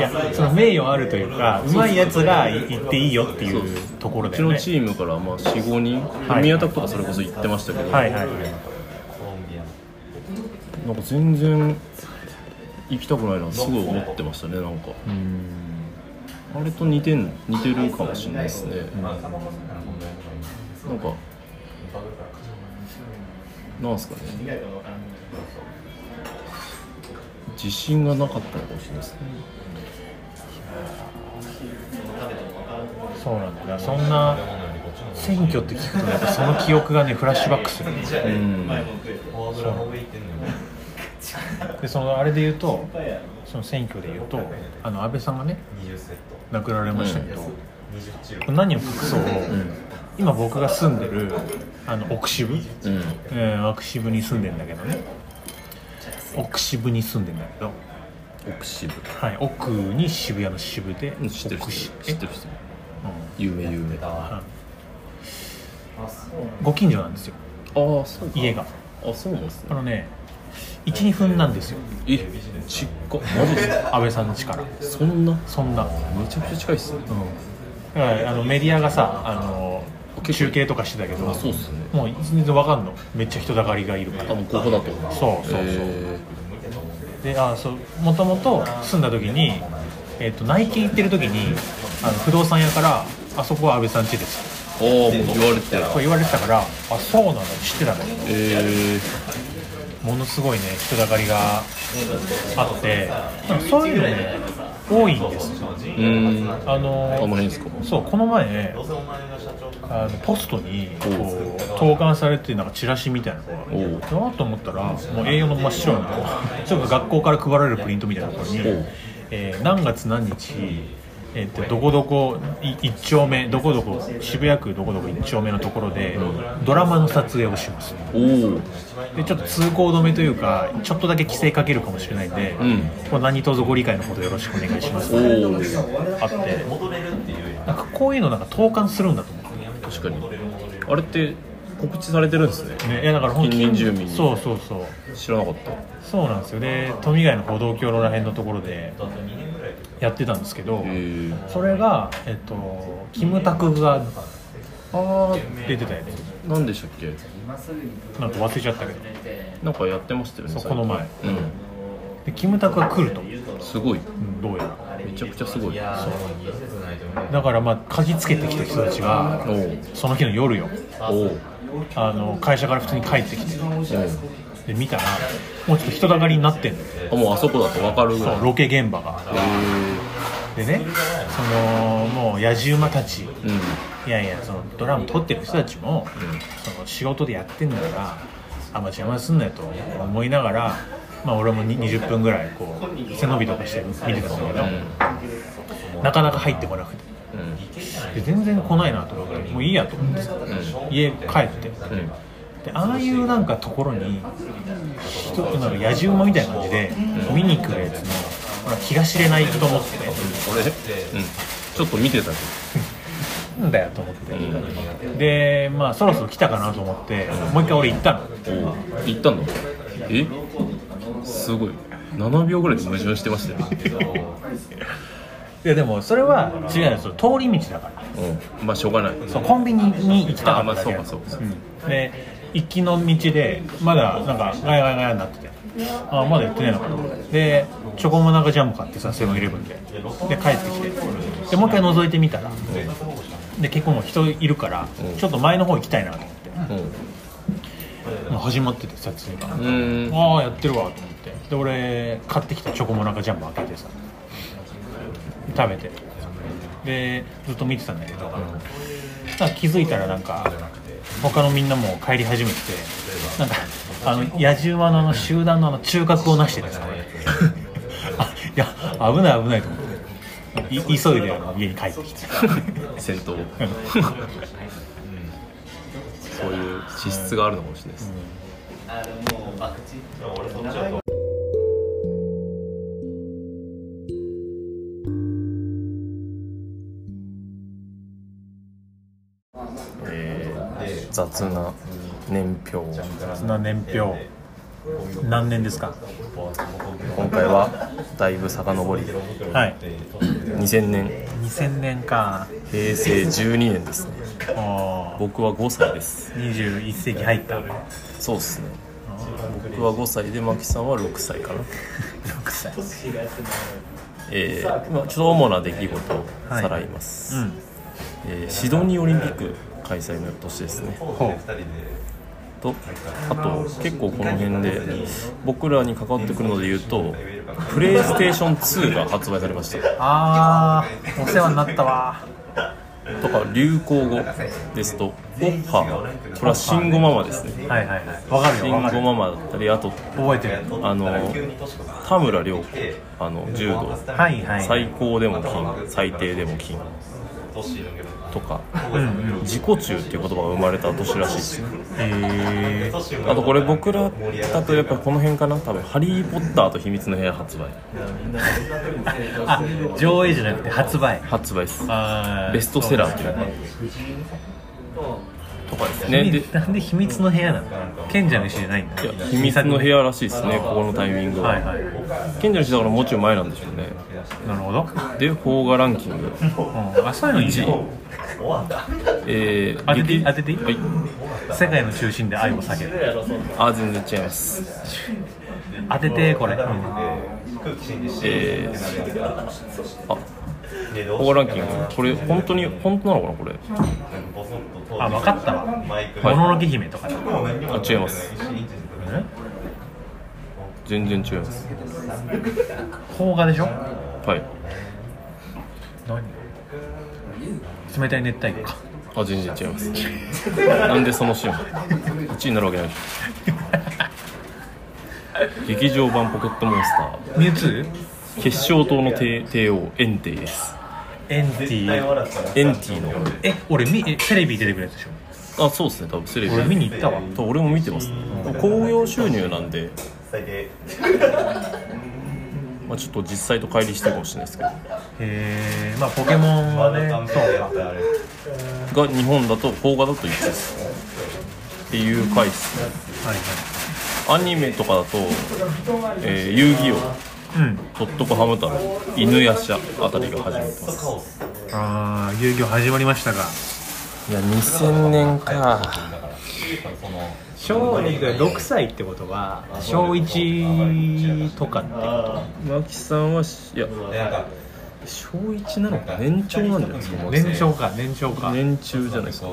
[SPEAKER 2] やその名誉あるというかうまいやつが言っていいよってい
[SPEAKER 1] そう
[SPEAKER 2] うところ
[SPEAKER 1] う
[SPEAKER 2] だ
[SPEAKER 1] ち
[SPEAKER 2] よ
[SPEAKER 1] の
[SPEAKER 2] ね
[SPEAKER 1] チームからまあ45人
[SPEAKER 2] い
[SPEAKER 1] 宮田区とかそれこそ行ってましたけど、
[SPEAKER 2] はいはい
[SPEAKER 1] なんか全然行きたくないなすごい思ってましたねなんか
[SPEAKER 2] うん
[SPEAKER 1] あれと似てん似てるかもしれないですね、なんかなんすかね自信がなかったのかもしれないですね
[SPEAKER 2] そうなんだよなそんな選挙って聞くとやっぱその記憶がねフラッシュバックする
[SPEAKER 1] うん
[SPEAKER 2] でそのあれで言うとその選挙で言うとあの安倍さんがね亡くなられましたけど、何を隠そう、今僕が住んでるあの奥渋、
[SPEAKER 1] うん
[SPEAKER 2] えー奥渋に住んでんだけどね奥渋に住んでんだけど、
[SPEAKER 1] 奥渋
[SPEAKER 2] はい、奥に渋谷の渋で
[SPEAKER 1] うん知ってる
[SPEAKER 2] 奥
[SPEAKER 1] 知っ
[SPEAKER 2] 渋
[SPEAKER 1] てる知ってる知ってる有名有名あ
[SPEAKER 2] ご近所なんですよ
[SPEAKER 1] あそうか
[SPEAKER 2] 家が
[SPEAKER 1] あそうなんです
[SPEAKER 2] あ
[SPEAKER 1] ね
[SPEAKER 2] のね12分なんですよ
[SPEAKER 1] えちっかマジですか
[SPEAKER 2] 安倍さんの力
[SPEAKER 1] そんな
[SPEAKER 2] そんな
[SPEAKER 1] めちゃくちゃ近いっすね
[SPEAKER 2] だからあのメディアがさあの
[SPEAKER 1] 結構
[SPEAKER 2] 中継とかしてたけど
[SPEAKER 1] あそうっすね
[SPEAKER 2] もう全然わかんのめっちゃ人だかりがいるか
[SPEAKER 1] あ
[SPEAKER 2] ら
[SPEAKER 1] のここだと
[SPEAKER 2] そうそうそう
[SPEAKER 1] え
[SPEAKER 2] であそうもともと住んだ時に、えっと内勤行ってる時にあの不動産屋から「あそこは安倍さん家です
[SPEAKER 1] ー、ああもう言われて」
[SPEAKER 2] これ言われてたから「あそうなの知ってたの
[SPEAKER 1] えー、
[SPEAKER 2] ものすごいね人だかりがあってそういうのね多いんですよ
[SPEAKER 1] うんあ
[SPEAKER 2] あの
[SPEAKER 1] の辺ですか
[SPEAKER 2] そうこの前ねあのポストにこう投函されてるなんかチラシみたいなのが
[SPEAKER 1] おう
[SPEAKER 2] なあと思ったらもう A4 の真っ白なこうちょっと学校から配られるプリントみたいなところに
[SPEAKER 1] おう
[SPEAKER 2] 「えー何月何日、えーとどこどこい一丁目どこどこ渋谷区どこどこ一丁目のところでドラマの撮影をします」
[SPEAKER 1] おお
[SPEAKER 2] でちょっと通行止めというかちょっとだけ規制かけるかもしれないんで、
[SPEAKER 1] ん
[SPEAKER 2] これ何卒ご理解のほどよろしくお願いします
[SPEAKER 1] おお
[SPEAKER 2] あってなんかこういうのなんか投函するんだと思う
[SPEAKER 1] 確かにあれって告知されてるんですね
[SPEAKER 2] ね、いやだから本当に
[SPEAKER 1] 近隣住民に
[SPEAKER 2] そうそうそう
[SPEAKER 1] 知らなかった
[SPEAKER 2] そうなんですよで富ヶ谷の歩道橋らへんのところでやってたんですけど、
[SPEAKER 1] へえ
[SPEAKER 2] それが、えっと、キムタクが
[SPEAKER 1] あ
[SPEAKER 2] 出てたよね
[SPEAKER 1] あなんでしたっけ
[SPEAKER 2] なんか忘れちゃったけど
[SPEAKER 1] なんかやってましたよね
[SPEAKER 2] そう
[SPEAKER 1] 最近
[SPEAKER 2] この前
[SPEAKER 1] う
[SPEAKER 2] でキムタクが来ると、
[SPEAKER 1] んすごい
[SPEAKER 2] うんどうやら
[SPEAKER 1] めちゃくちゃすごいそう
[SPEAKER 2] だからまあ嗅ぎつけてきた人たちが
[SPEAKER 1] お
[SPEAKER 2] その日の夜よ
[SPEAKER 1] おおう
[SPEAKER 2] あの会社から普通に帰ってきて
[SPEAKER 1] お
[SPEAKER 2] で見たらもうちょっと人だかりになってんの
[SPEAKER 1] うあもうあそこだと分かるぐらい
[SPEAKER 2] そうロケ現場が
[SPEAKER 1] へ
[SPEAKER 2] でねそのもう野じ馬たち
[SPEAKER 1] えうん
[SPEAKER 2] いやいやそのドラム撮ってる人たちも、その仕事でやってんだからあんま邪魔すんなよと思いながら、まあ、俺もに20分ぐらいこう背伸びとかして見てたんだけど、なかなか入ってこなくて
[SPEAKER 1] うん
[SPEAKER 2] で全然来ないなと思ってもういいやと思ってさ、家帰って。
[SPEAKER 1] うんうん
[SPEAKER 2] でああいうなんかところに人なんか野じ馬みたいな感じで見に来るやつのほら気が知れないと思って
[SPEAKER 1] 俺うんちょっと見てたけ
[SPEAKER 2] なんだよと思って
[SPEAKER 1] ど、うん、
[SPEAKER 2] でまあそろそろ来たかなと思ってもう一回俺行ったの
[SPEAKER 1] おう行ったんだえすごい7秒ぐらいで矛盾してましたよ、
[SPEAKER 2] いやでもそれは違うよそれ通り道だから
[SPEAKER 1] うん、まあしょうがない
[SPEAKER 2] そうコンビニに行きたか
[SPEAKER 1] あま
[SPEAKER 2] っ
[SPEAKER 1] あ
[SPEAKER 2] ただ
[SPEAKER 1] そ
[SPEAKER 2] け
[SPEAKER 1] う
[SPEAKER 2] な
[SPEAKER 1] か
[SPEAKER 2] の
[SPEAKER 1] そうか、
[SPEAKER 2] うんで行きの道でまだなんかガヤガヤガヤになっててあまだやってないのかなでチョコモナカジャム買ってさセブンイレブンでで帰ってきてでもう一回覗いてみたらで結構もう人いるから
[SPEAKER 1] うん
[SPEAKER 2] ちょっと前の方行きたいなと思って
[SPEAKER 1] うん
[SPEAKER 2] もう始まってて撮影が
[SPEAKER 1] うーん
[SPEAKER 2] ああやってるわと思ってで俺買ってきたチョコモナカジャム開けてさ食べてでずっと見てたんだけど、なんか気づいたらなんか他のみんなもう帰り始めててなんかあの野じ馬のあの集団のあの中核をなしててさ俺あいや危ない危ないと思ってい急いであの家に帰ってきて
[SPEAKER 1] 戦闘 *laughs* そういう資質があるのかもしれないです、えー雑な年表
[SPEAKER 2] そんな年表何年ですか
[SPEAKER 1] 今回はだいぶ遡り
[SPEAKER 2] はい
[SPEAKER 1] 2000年
[SPEAKER 2] 2000年か
[SPEAKER 1] 平成12年ですね
[SPEAKER 2] あ
[SPEAKER 1] 僕は5歳です
[SPEAKER 2] 21世紀入った
[SPEAKER 1] そうっすね僕は5歳でマキさんは6歳 *laughs* かな
[SPEAKER 2] 6歳
[SPEAKER 1] えーまあ、ちょっと主な出来事をさらいます、
[SPEAKER 2] うん
[SPEAKER 1] えーシドニーオリンピック開催の年ですね
[SPEAKER 2] ほ
[SPEAKER 1] とあと結構この辺で僕らに関わってくるので言うとプレイステーション2が発売されました
[SPEAKER 2] ああお世話になったわ
[SPEAKER 1] とか流行語ですと「オッハー」これは慎吾ママですね
[SPEAKER 2] はいはいはいわかる
[SPEAKER 1] 慎
[SPEAKER 2] よわか
[SPEAKER 1] 吾
[SPEAKER 2] る
[SPEAKER 1] ママだったりあと
[SPEAKER 2] 覚えてる
[SPEAKER 1] あの田村涼子あの柔道
[SPEAKER 2] はいはい
[SPEAKER 1] 最高でも金最低でも金とか
[SPEAKER 2] うんうん
[SPEAKER 1] 自己中っていう言葉が生まれた年らしいですよ
[SPEAKER 2] えー、
[SPEAKER 1] あとこれ僕らだとやっぱこの辺かな多分「ハリー・ポッターと秘密の部屋」発売
[SPEAKER 2] あ上映じゃなくて発売
[SPEAKER 1] 発売です
[SPEAKER 2] あー
[SPEAKER 1] ベストセラーっていう
[SPEAKER 2] そう
[SPEAKER 1] の
[SPEAKER 2] で
[SPEAKER 1] ねとかです
[SPEAKER 2] すね
[SPEAKER 1] ねでい
[SPEAKER 2] でなんで秘密の部屋なの賢者の石じゃないんだ
[SPEAKER 1] や秘密の部屋らしいですねここのタイミング
[SPEAKER 2] は
[SPEAKER 1] はい
[SPEAKER 2] はいな
[SPEAKER 1] 賢者の石だからもうちょい前なんでしょうね
[SPEAKER 2] るほど、
[SPEAKER 1] で邦画ランキング
[SPEAKER 2] うん、あそういうのいい
[SPEAKER 1] 1位
[SPEAKER 2] ね
[SPEAKER 1] えー、
[SPEAKER 2] 当てていい
[SPEAKER 1] 劇
[SPEAKER 2] 当てていい
[SPEAKER 1] はい
[SPEAKER 2] 世界の中心で愛を叫ぶ
[SPEAKER 1] あ全然違います
[SPEAKER 2] 当ててこれ、うん
[SPEAKER 1] えー、あ邦画ランキングこれ本当に本当なのかなこれ
[SPEAKER 2] あ分かったわ
[SPEAKER 1] はい
[SPEAKER 2] もののけ姫とかだ
[SPEAKER 1] あ違います全然違います
[SPEAKER 2] 邦画でしょ
[SPEAKER 1] はい
[SPEAKER 2] 何冷たい熱帯魚か
[SPEAKER 1] あ全然違いますなんでそのシーン1位になるわけないでしょ劇場版ポケットモンスタ
[SPEAKER 2] ミュウツー
[SPEAKER 1] ー決勝島の帝帝王エンテイです
[SPEAKER 2] エンティー
[SPEAKER 1] エンティの
[SPEAKER 2] え俺みえテレビ出てくるやつでしょ
[SPEAKER 1] あそうですね多分テレビ
[SPEAKER 2] 俺見に行ったわ
[SPEAKER 1] 多分俺も見てますね興行収入なんで、まあ、ちょっと実際と乖離してるかもしれないですけ
[SPEAKER 2] へえまあポケモンはねそうか
[SPEAKER 1] どが日本だと邦画だと1ですっていう回ですね
[SPEAKER 2] はい
[SPEAKER 1] アニメとかだと「えー遊戯王」
[SPEAKER 2] はいうん
[SPEAKER 1] 「とっとこハム太郎」「犬やしゃ」あたりが始まってます
[SPEAKER 2] ああ遊戯王始まりましたが
[SPEAKER 1] いや2000年か
[SPEAKER 3] 小6歳ってことは小1とかってこ
[SPEAKER 1] 牧さんはしいや小1なのか年長なんじゃないですか牧さん
[SPEAKER 3] 年長か年長か
[SPEAKER 1] 年中じゃないですか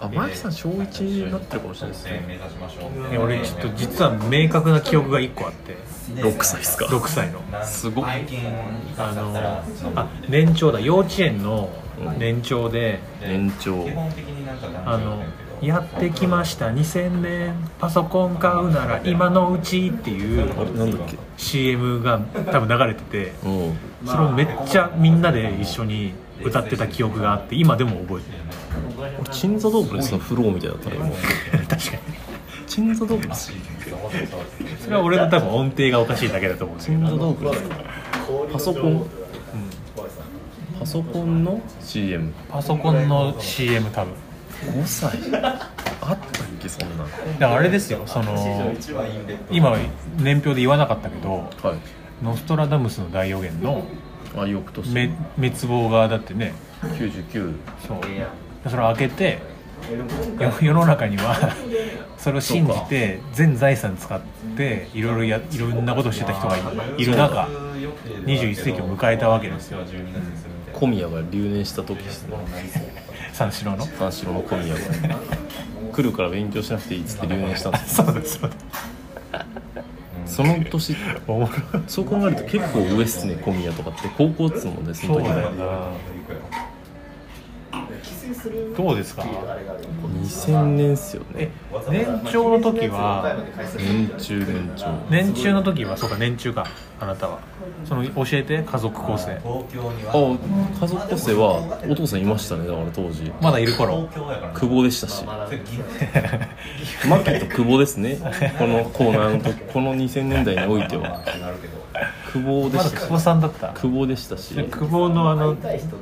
[SPEAKER 4] あ、
[SPEAKER 1] あ牧さん小1になってるかもしれないですね
[SPEAKER 4] 目指しましょ。
[SPEAKER 3] いうや俺ちょっと実は明確な記憶が1個あって
[SPEAKER 1] 6歳ですか
[SPEAKER 3] 6歳の
[SPEAKER 1] すごい
[SPEAKER 3] あのあ年長だ幼稚園の年長で、
[SPEAKER 1] 年長
[SPEAKER 3] あのやってきました2000年パソコン買うなら今のうちっていう
[SPEAKER 1] あれなんだっけ
[SPEAKER 3] CM が多分流れてて
[SPEAKER 1] うん
[SPEAKER 3] それをめっちゃみんなで一緒に歌ってた記憶があって今でも覚
[SPEAKER 1] 俺鎮座ドープレスのフローみたいだったねもう
[SPEAKER 3] えてる *laughs* 確かに
[SPEAKER 1] 鎮座ドープレス
[SPEAKER 3] それは俺の多分音程がおかしいだけだと思うんですけ
[SPEAKER 1] 鎮座
[SPEAKER 3] ど
[SPEAKER 1] ドープレスパソコン、うん、パソコンの CM5
[SPEAKER 2] パソコンの CM 多分
[SPEAKER 1] 歳あったっけそんなは
[SPEAKER 2] だからあれですよその今年表で言わなかったけど
[SPEAKER 1] い
[SPEAKER 2] ノストラダムスの大予言の
[SPEAKER 1] あ翌年
[SPEAKER 2] め滅亡がだってね
[SPEAKER 1] 99
[SPEAKER 2] そうそれを開けてよ *laughs* 世の中に *laughs* はそれを信じて全財産使っていろいろやいろんなことをしてた人がいいる中21世紀を迎えたわけですよ
[SPEAKER 1] 小宮が留年した時ですね
[SPEAKER 2] 三四郎の
[SPEAKER 1] 三四郎の小宮が来るから勉強しなくていいっつって留年したんですよ
[SPEAKER 2] *laughs* そうですそうです
[SPEAKER 1] その年
[SPEAKER 2] おもろい
[SPEAKER 1] そう考えると結構上っすね小宮とかって高校っつうもんねその
[SPEAKER 2] そう
[SPEAKER 1] 時
[SPEAKER 2] だ
[SPEAKER 1] が
[SPEAKER 2] よなどうですか
[SPEAKER 1] 2000年っすよね
[SPEAKER 2] え年長の時は
[SPEAKER 1] 年中年長
[SPEAKER 2] 年中の時はそうか年中かあなたはその教えて家族構成
[SPEAKER 1] あ家族構成はお父さんいましたねだから当時
[SPEAKER 2] まだいる頃
[SPEAKER 1] 久保でしたしマキと久保ですねこのコーナーのとこの2000年代において
[SPEAKER 2] *laughs*
[SPEAKER 1] は久保で
[SPEAKER 2] まだ
[SPEAKER 1] し
[SPEAKER 2] 久
[SPEAKER 1] たし
[SPEAKER 2] 保さんだった
[SPEAKER 1] 久保でしたし
[SPEAKER 2] 久保のあの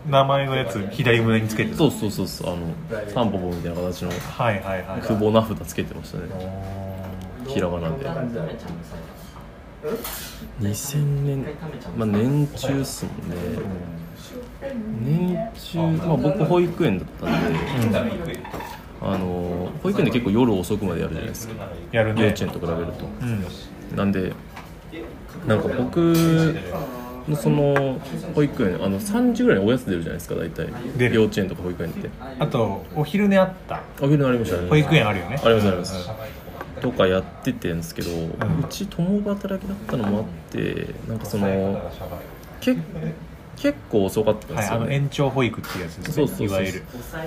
[SPEAKER 2] 名前のやつ左胸につけてた
[SPEAKER 1] そうそうそうそうあのタンポポみたいな形の
[SPEAKER 2] はいはいはい
[SPEAKER 1] 久保名札つけてましたねひらがなで2000年まあ年中っすもんね年中まあ僕保育園だったんで、あの保育園で結構夜遅くまでやるじゃないですか
[SPEAKER 2] やるね
[SPEAKER 1] 幼稚園と比べると
[SPEAKER 2] うん
[SPEAKER 1] なんでなんか僕のその保育園あの3時ぐらいにおやつ出るじゃないですか大体
[SPEAKER 2] 出る
[SPEAKER 1] 幼稚園とか保育園ってあ
[SPEAKER 2] あとお昼寝あった
[SPEAKER 1] 昼寝ありましたね
[SPEAKER 2] 保育園あるよね
[SPEAKER 1] ありますありますとかやっててんですけど、うち共働きだったのもあってなんかそのけ結構遅かったんで
[SPEAKER 2] はい
[SPEAKER 1] す
[SPEAKER 2] あ
[SPEAKER 1] よ
[SPEAKER 2] の
[SPEAKER 1] ね、
[SPEAKER 2] 延長保育ってやつです
[SPEAKER 1] そ
[SPEAKER 2] ね
[SPEAKER 1] うそう
[SPEAKER 2] い
[SPEAKER 1] そう
[SPEAKER 2] わゆる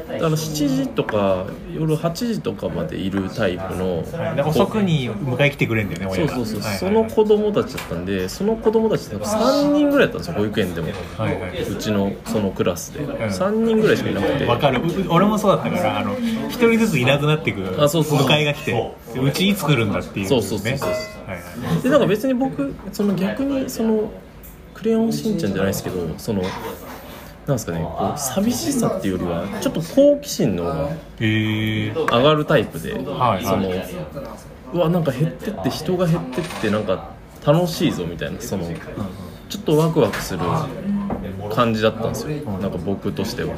[SPEAKER 1] だから7時とか夜8時とかまでいるタイプの
[SPEAKER 2] はいで遅くに迎え来てくれんだよね
[SPEAKER 1] そ
[SPEAKER 2] 親
[SPEAKER 1] う
[SPEAKER 2] が
[SPEAKER 1] そうそう、
[SPEAKER 2] はいはい
[SPEAKER 1] その子供たちだったんでその子供たちって3人ぐらいだったんですよ保育園でも
[SPEAKER 2] はいはいう
[SPEAKER 1] ちのそのクラスで、3人ぐらいしかいなくて
[SPEAKER 2] わかるう俺もそうだったからあの一人ずついなくなってく
[SPEAKER 1] あそうそうそう
[SPEAKER 2] 迎えが来てうちいつ来るんだっていうね
[SPEAKER 1] そうそうそうそう
[SPEAKER 2] はいはい
[SPEAKER 1] でなんか別に僕その逆にその「クレヨンしんちゃん」じゃないですけどそのなんですかねこう寂しさっていうよりはちょっと好奇心の方が
[SPEAKER 2] へえ
[SPEAKER 1] 上がるタイプで、
[SPEAKER 2] はい
[SPEAKER 1] そのうわなんか減ってって人が減ってってなんか楽しいぞみたいなそのちょっとワクワクする感じだったんですよなんか僕としては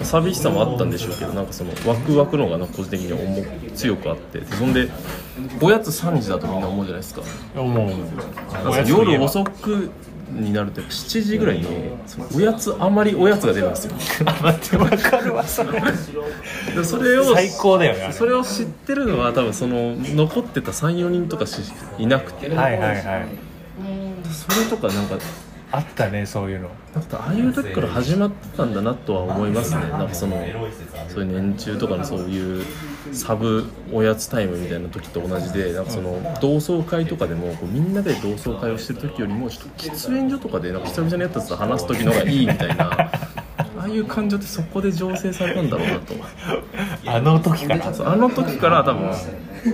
[SPEAKER 1] 寂しさもあったんでしょうけどなんかそのワクワクの方がなんか個人的には重強くあってでそんでおやつ3時だとみんな思うじゃないですか
[SPEAKER 2] 思う
[SPEAKER 1] 夜遅くになるとやっぱ7時ぐらいねそのおやつあまりおやつが出るんですよ
[SPEAKER 2] *laughs* 待ってわかるわそれ
[SPEAKER 1] でそれを
[SPEAKER 2] 最高だよねあれ
[SPEAKER 1] それを知ってるのは多分その残ってた34人とかしいなくて
[SPEAKER 2] はいはいはい
[SPEAKER 1] それとかなんか
[SPEAKER 2] あったねそういうの
[SPEAKER 1] なんかああいう時から始まってたんだなとは思いますねなんかそのそういう年中とかのそういうサブおやつタイムみたいな時と同じでなんかその同窓会とかでもこうみんなで同窓会をしてる時よりもちょっと喫煙所とかでなんか久々にやったやつと話す時の方がいいみたいなああいう感情ってそこで醸成されたんだろうなと。
[SPEAKER 2] あの時から
[SPEAKER 1] そうあの時から多分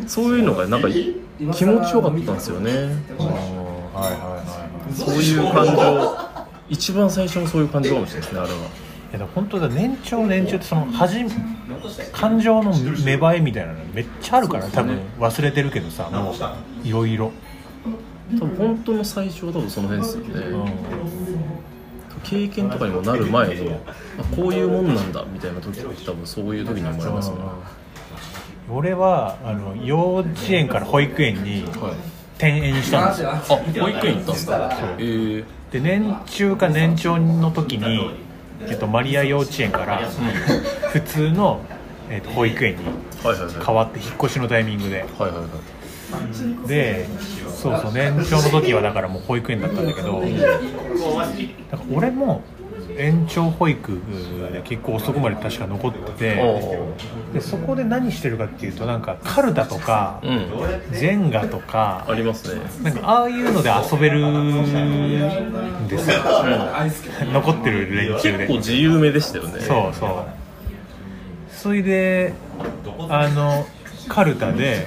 [SPEAKER 1] そういうのがなんか気持ちよかったんですよね
[SPEAKER 2] はいはいはいはい
[SPEAKER 1] そういう感情一番最初のそういう感情かもしれないですねあれはい
[SPEAKER 2] やでも本当だ年長年中ってその恥感情の芽生えみたいなのめっちゃあるから多分忘れてるけどさもういろいろ
[SPEAKER 1] 多分本当の最初は多分その辺ですよね、経験とかにもなる前のあこういうもんなんだみたいな時って多分そういう時に生まれますね
[SPEAKER 2] 俺はあの幼稚園から保育園に転園したんですよ
[SPEAKER 1] あ保育園行ったんですかえー、
[SPEAKER 2] で年中か年長の時に、えっと、マリア幼稚園から普通の、えっと、保育園に
[SPEAKER 1] はいはいはい
[SPEAKER 2] 変わって引っ越しのタイミングで
[SPEAKER 1] はいはいはい
[SPEAKER 2] でそうそう年長の時はだからもう保育園だったんだけどなんか俺も延長保育で結構遅くまで確か残ってて
[SPEAKER 1] おー
[SPEAKER 2] でそこで何してるかっていうとなんかカルタとか
[SPEAKER 1] うん
[SPEAKER 2] ジェンガと
[SPEAKER 1] あ
[SPEAKER 2] か
[SPEAKER 1] りますね
[SPEAKER 2] なんかああいうので遊べるんですよ残ってる連中
[SPEAKER 1] 結構
[SPEAKER 2] で
[SPEAKER 1] 自由めでしたよね
[SPEAKER 2] そうそうそれであのカルタで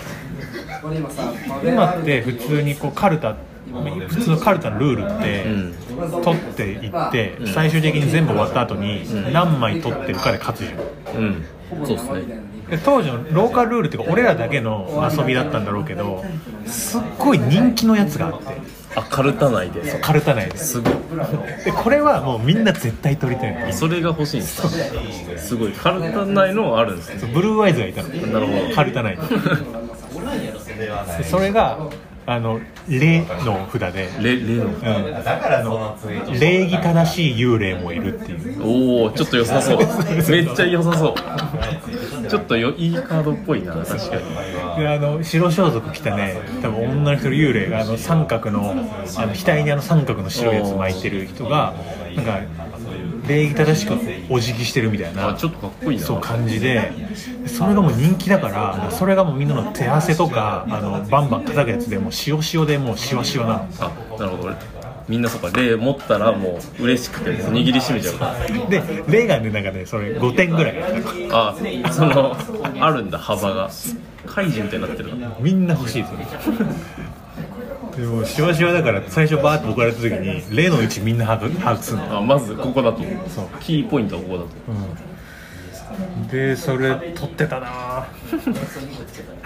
[SPEAKER 2] 今って普通にこうカルタ普通のカルタのルールって、
[SPEAKER 1] ん
[SPEAKER 2] 取っていって、
[SPEAKER 1] うん
[SPEAKER 2] 最終的に全部終わった後に、
[SPEAKER 1] ん
[SPEAKER 2] 何枚取ってるかで勝つじゃん
[SPEAKER 1] うんそうですね
[SPEAKER 2] で当時のローカルルールっていうか俺らだけの遊びだったんだろうけどすっごい人気のやつがあって
[SPEAKER 1] あカルタ内で
[SPEAKER 2] カルタ内です
[SPEAKER 1] ごい
[SPEAKER 2] でこれはもうみんな絶対取りたいの
[SPEAKER 1] それが欲しいんですかすごいカルタ内のあるんですね
[SPEAKER 2] ブルーアイズがいたの
[SPEAKER 1] なるほど
[SPEAKER 2] カルタ内にでそれがあの「礼」の札で、
[SPEAKER 1] レレの
[SPEAKER 2] うん
[SPEAKER 4] だからそのツイート
[SPEAKER 2] 礼儀正しい幽霊もいるっていう
[SPEAKER 1] おおちょっと良さそうめっちゃ良さそうちょっとよいいカードっぽいな確かに
[SPEAKER 2] であの白装束着たね多分女の人の幽霊があの三角のあの額にあの三角の白いやつ巻いてる人がなんか礼儀正しくお辞儀してるみたい
[SPEAKER 1] あ
[SPEAKER 2] な
[SPEAKER 1] ちょっとかっこいいな
[SPEAKER 2] そう感じでそれがもう人気だからそれがもうみんなの手汗とかあのバンバン叩くやつでもう塩塩でもうしわしわなの
[SPEAKER 1] あなるほどみんなそっかレ持ったらもう嬉しくて握りしめちゃうから
[SPEAKER 2] で霊がねなんかねそれ5点ぐらい
[SPEAKER 1] あそのあるんだ幅が怪獣みたいになってるな
[SPEAKER 2] みんな欲しいそれでもしわしわだから最初バーって置かれた時に霊の位置みんな把握把握するの
[SPEAKER 1] あまずここだと
[SPEAKER 2] そう
[SPEAKER 1] キーポイントはここだと
[SPEAKER 2] でそれ撮ってたな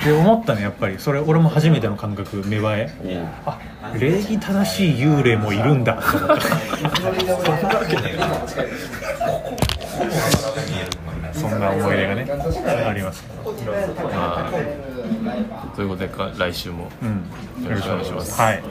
[SPEAKER 2] で思ったねやっぱりそれ俺も初めての感覚芽生え
[SPEAKER 1] おー
[SPEAKER 2] あ礼儀正しい幽霊もいるんだと思ったそんな思い出がねあります
[SPEAKER 1] まあということでか来週も
[SPEAKER 2] うん
[SPEAKER 1] よろしくお願いします
[SPEAKER 2] はい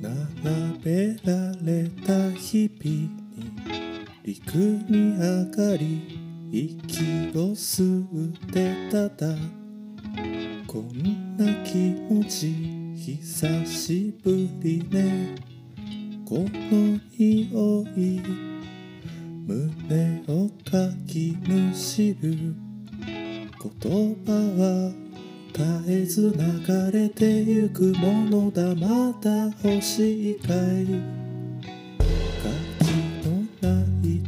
[SPEAKER 5] 並べられた日々に陸に上がり息を吸ってただこんな気持ち久しぶりねこの匂い胸をかきむしる言葉は絶えず流れてゆくものだまた欲しいかい鍵のない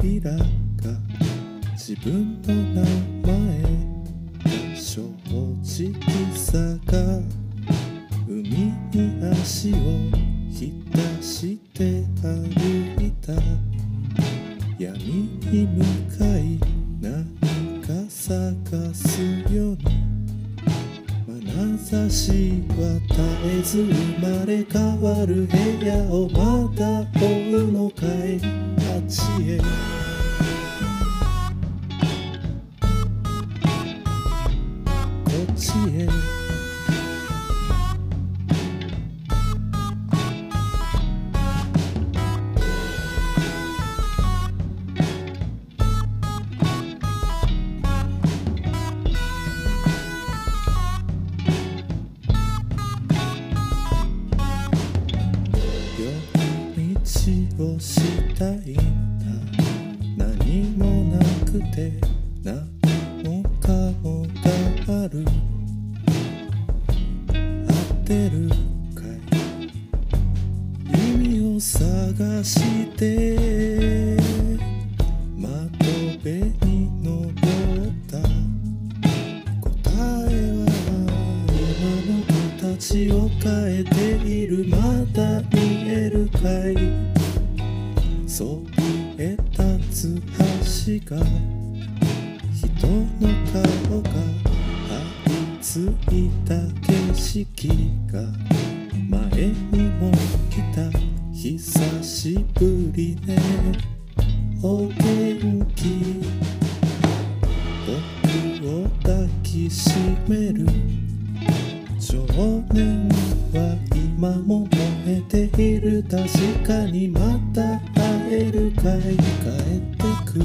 [SPEAKER 5] 扉が自分の名前正直さが海に足を浸して歩いた闇に向かい何かれ変わる部屋をまた追うのかいあっちへこっちへ夜道をしたいんだ何もなくて何もかもがある合ってるかい意味を探してまとべに登った答えは今の形を変えているまだ見えるかいそびえ立つ橋が人の顔が張り付いた景色が前にも来た久しぶりねお元気僕を抱きしめる少年は今も燃えている確かにまた会えるかい帰ってくる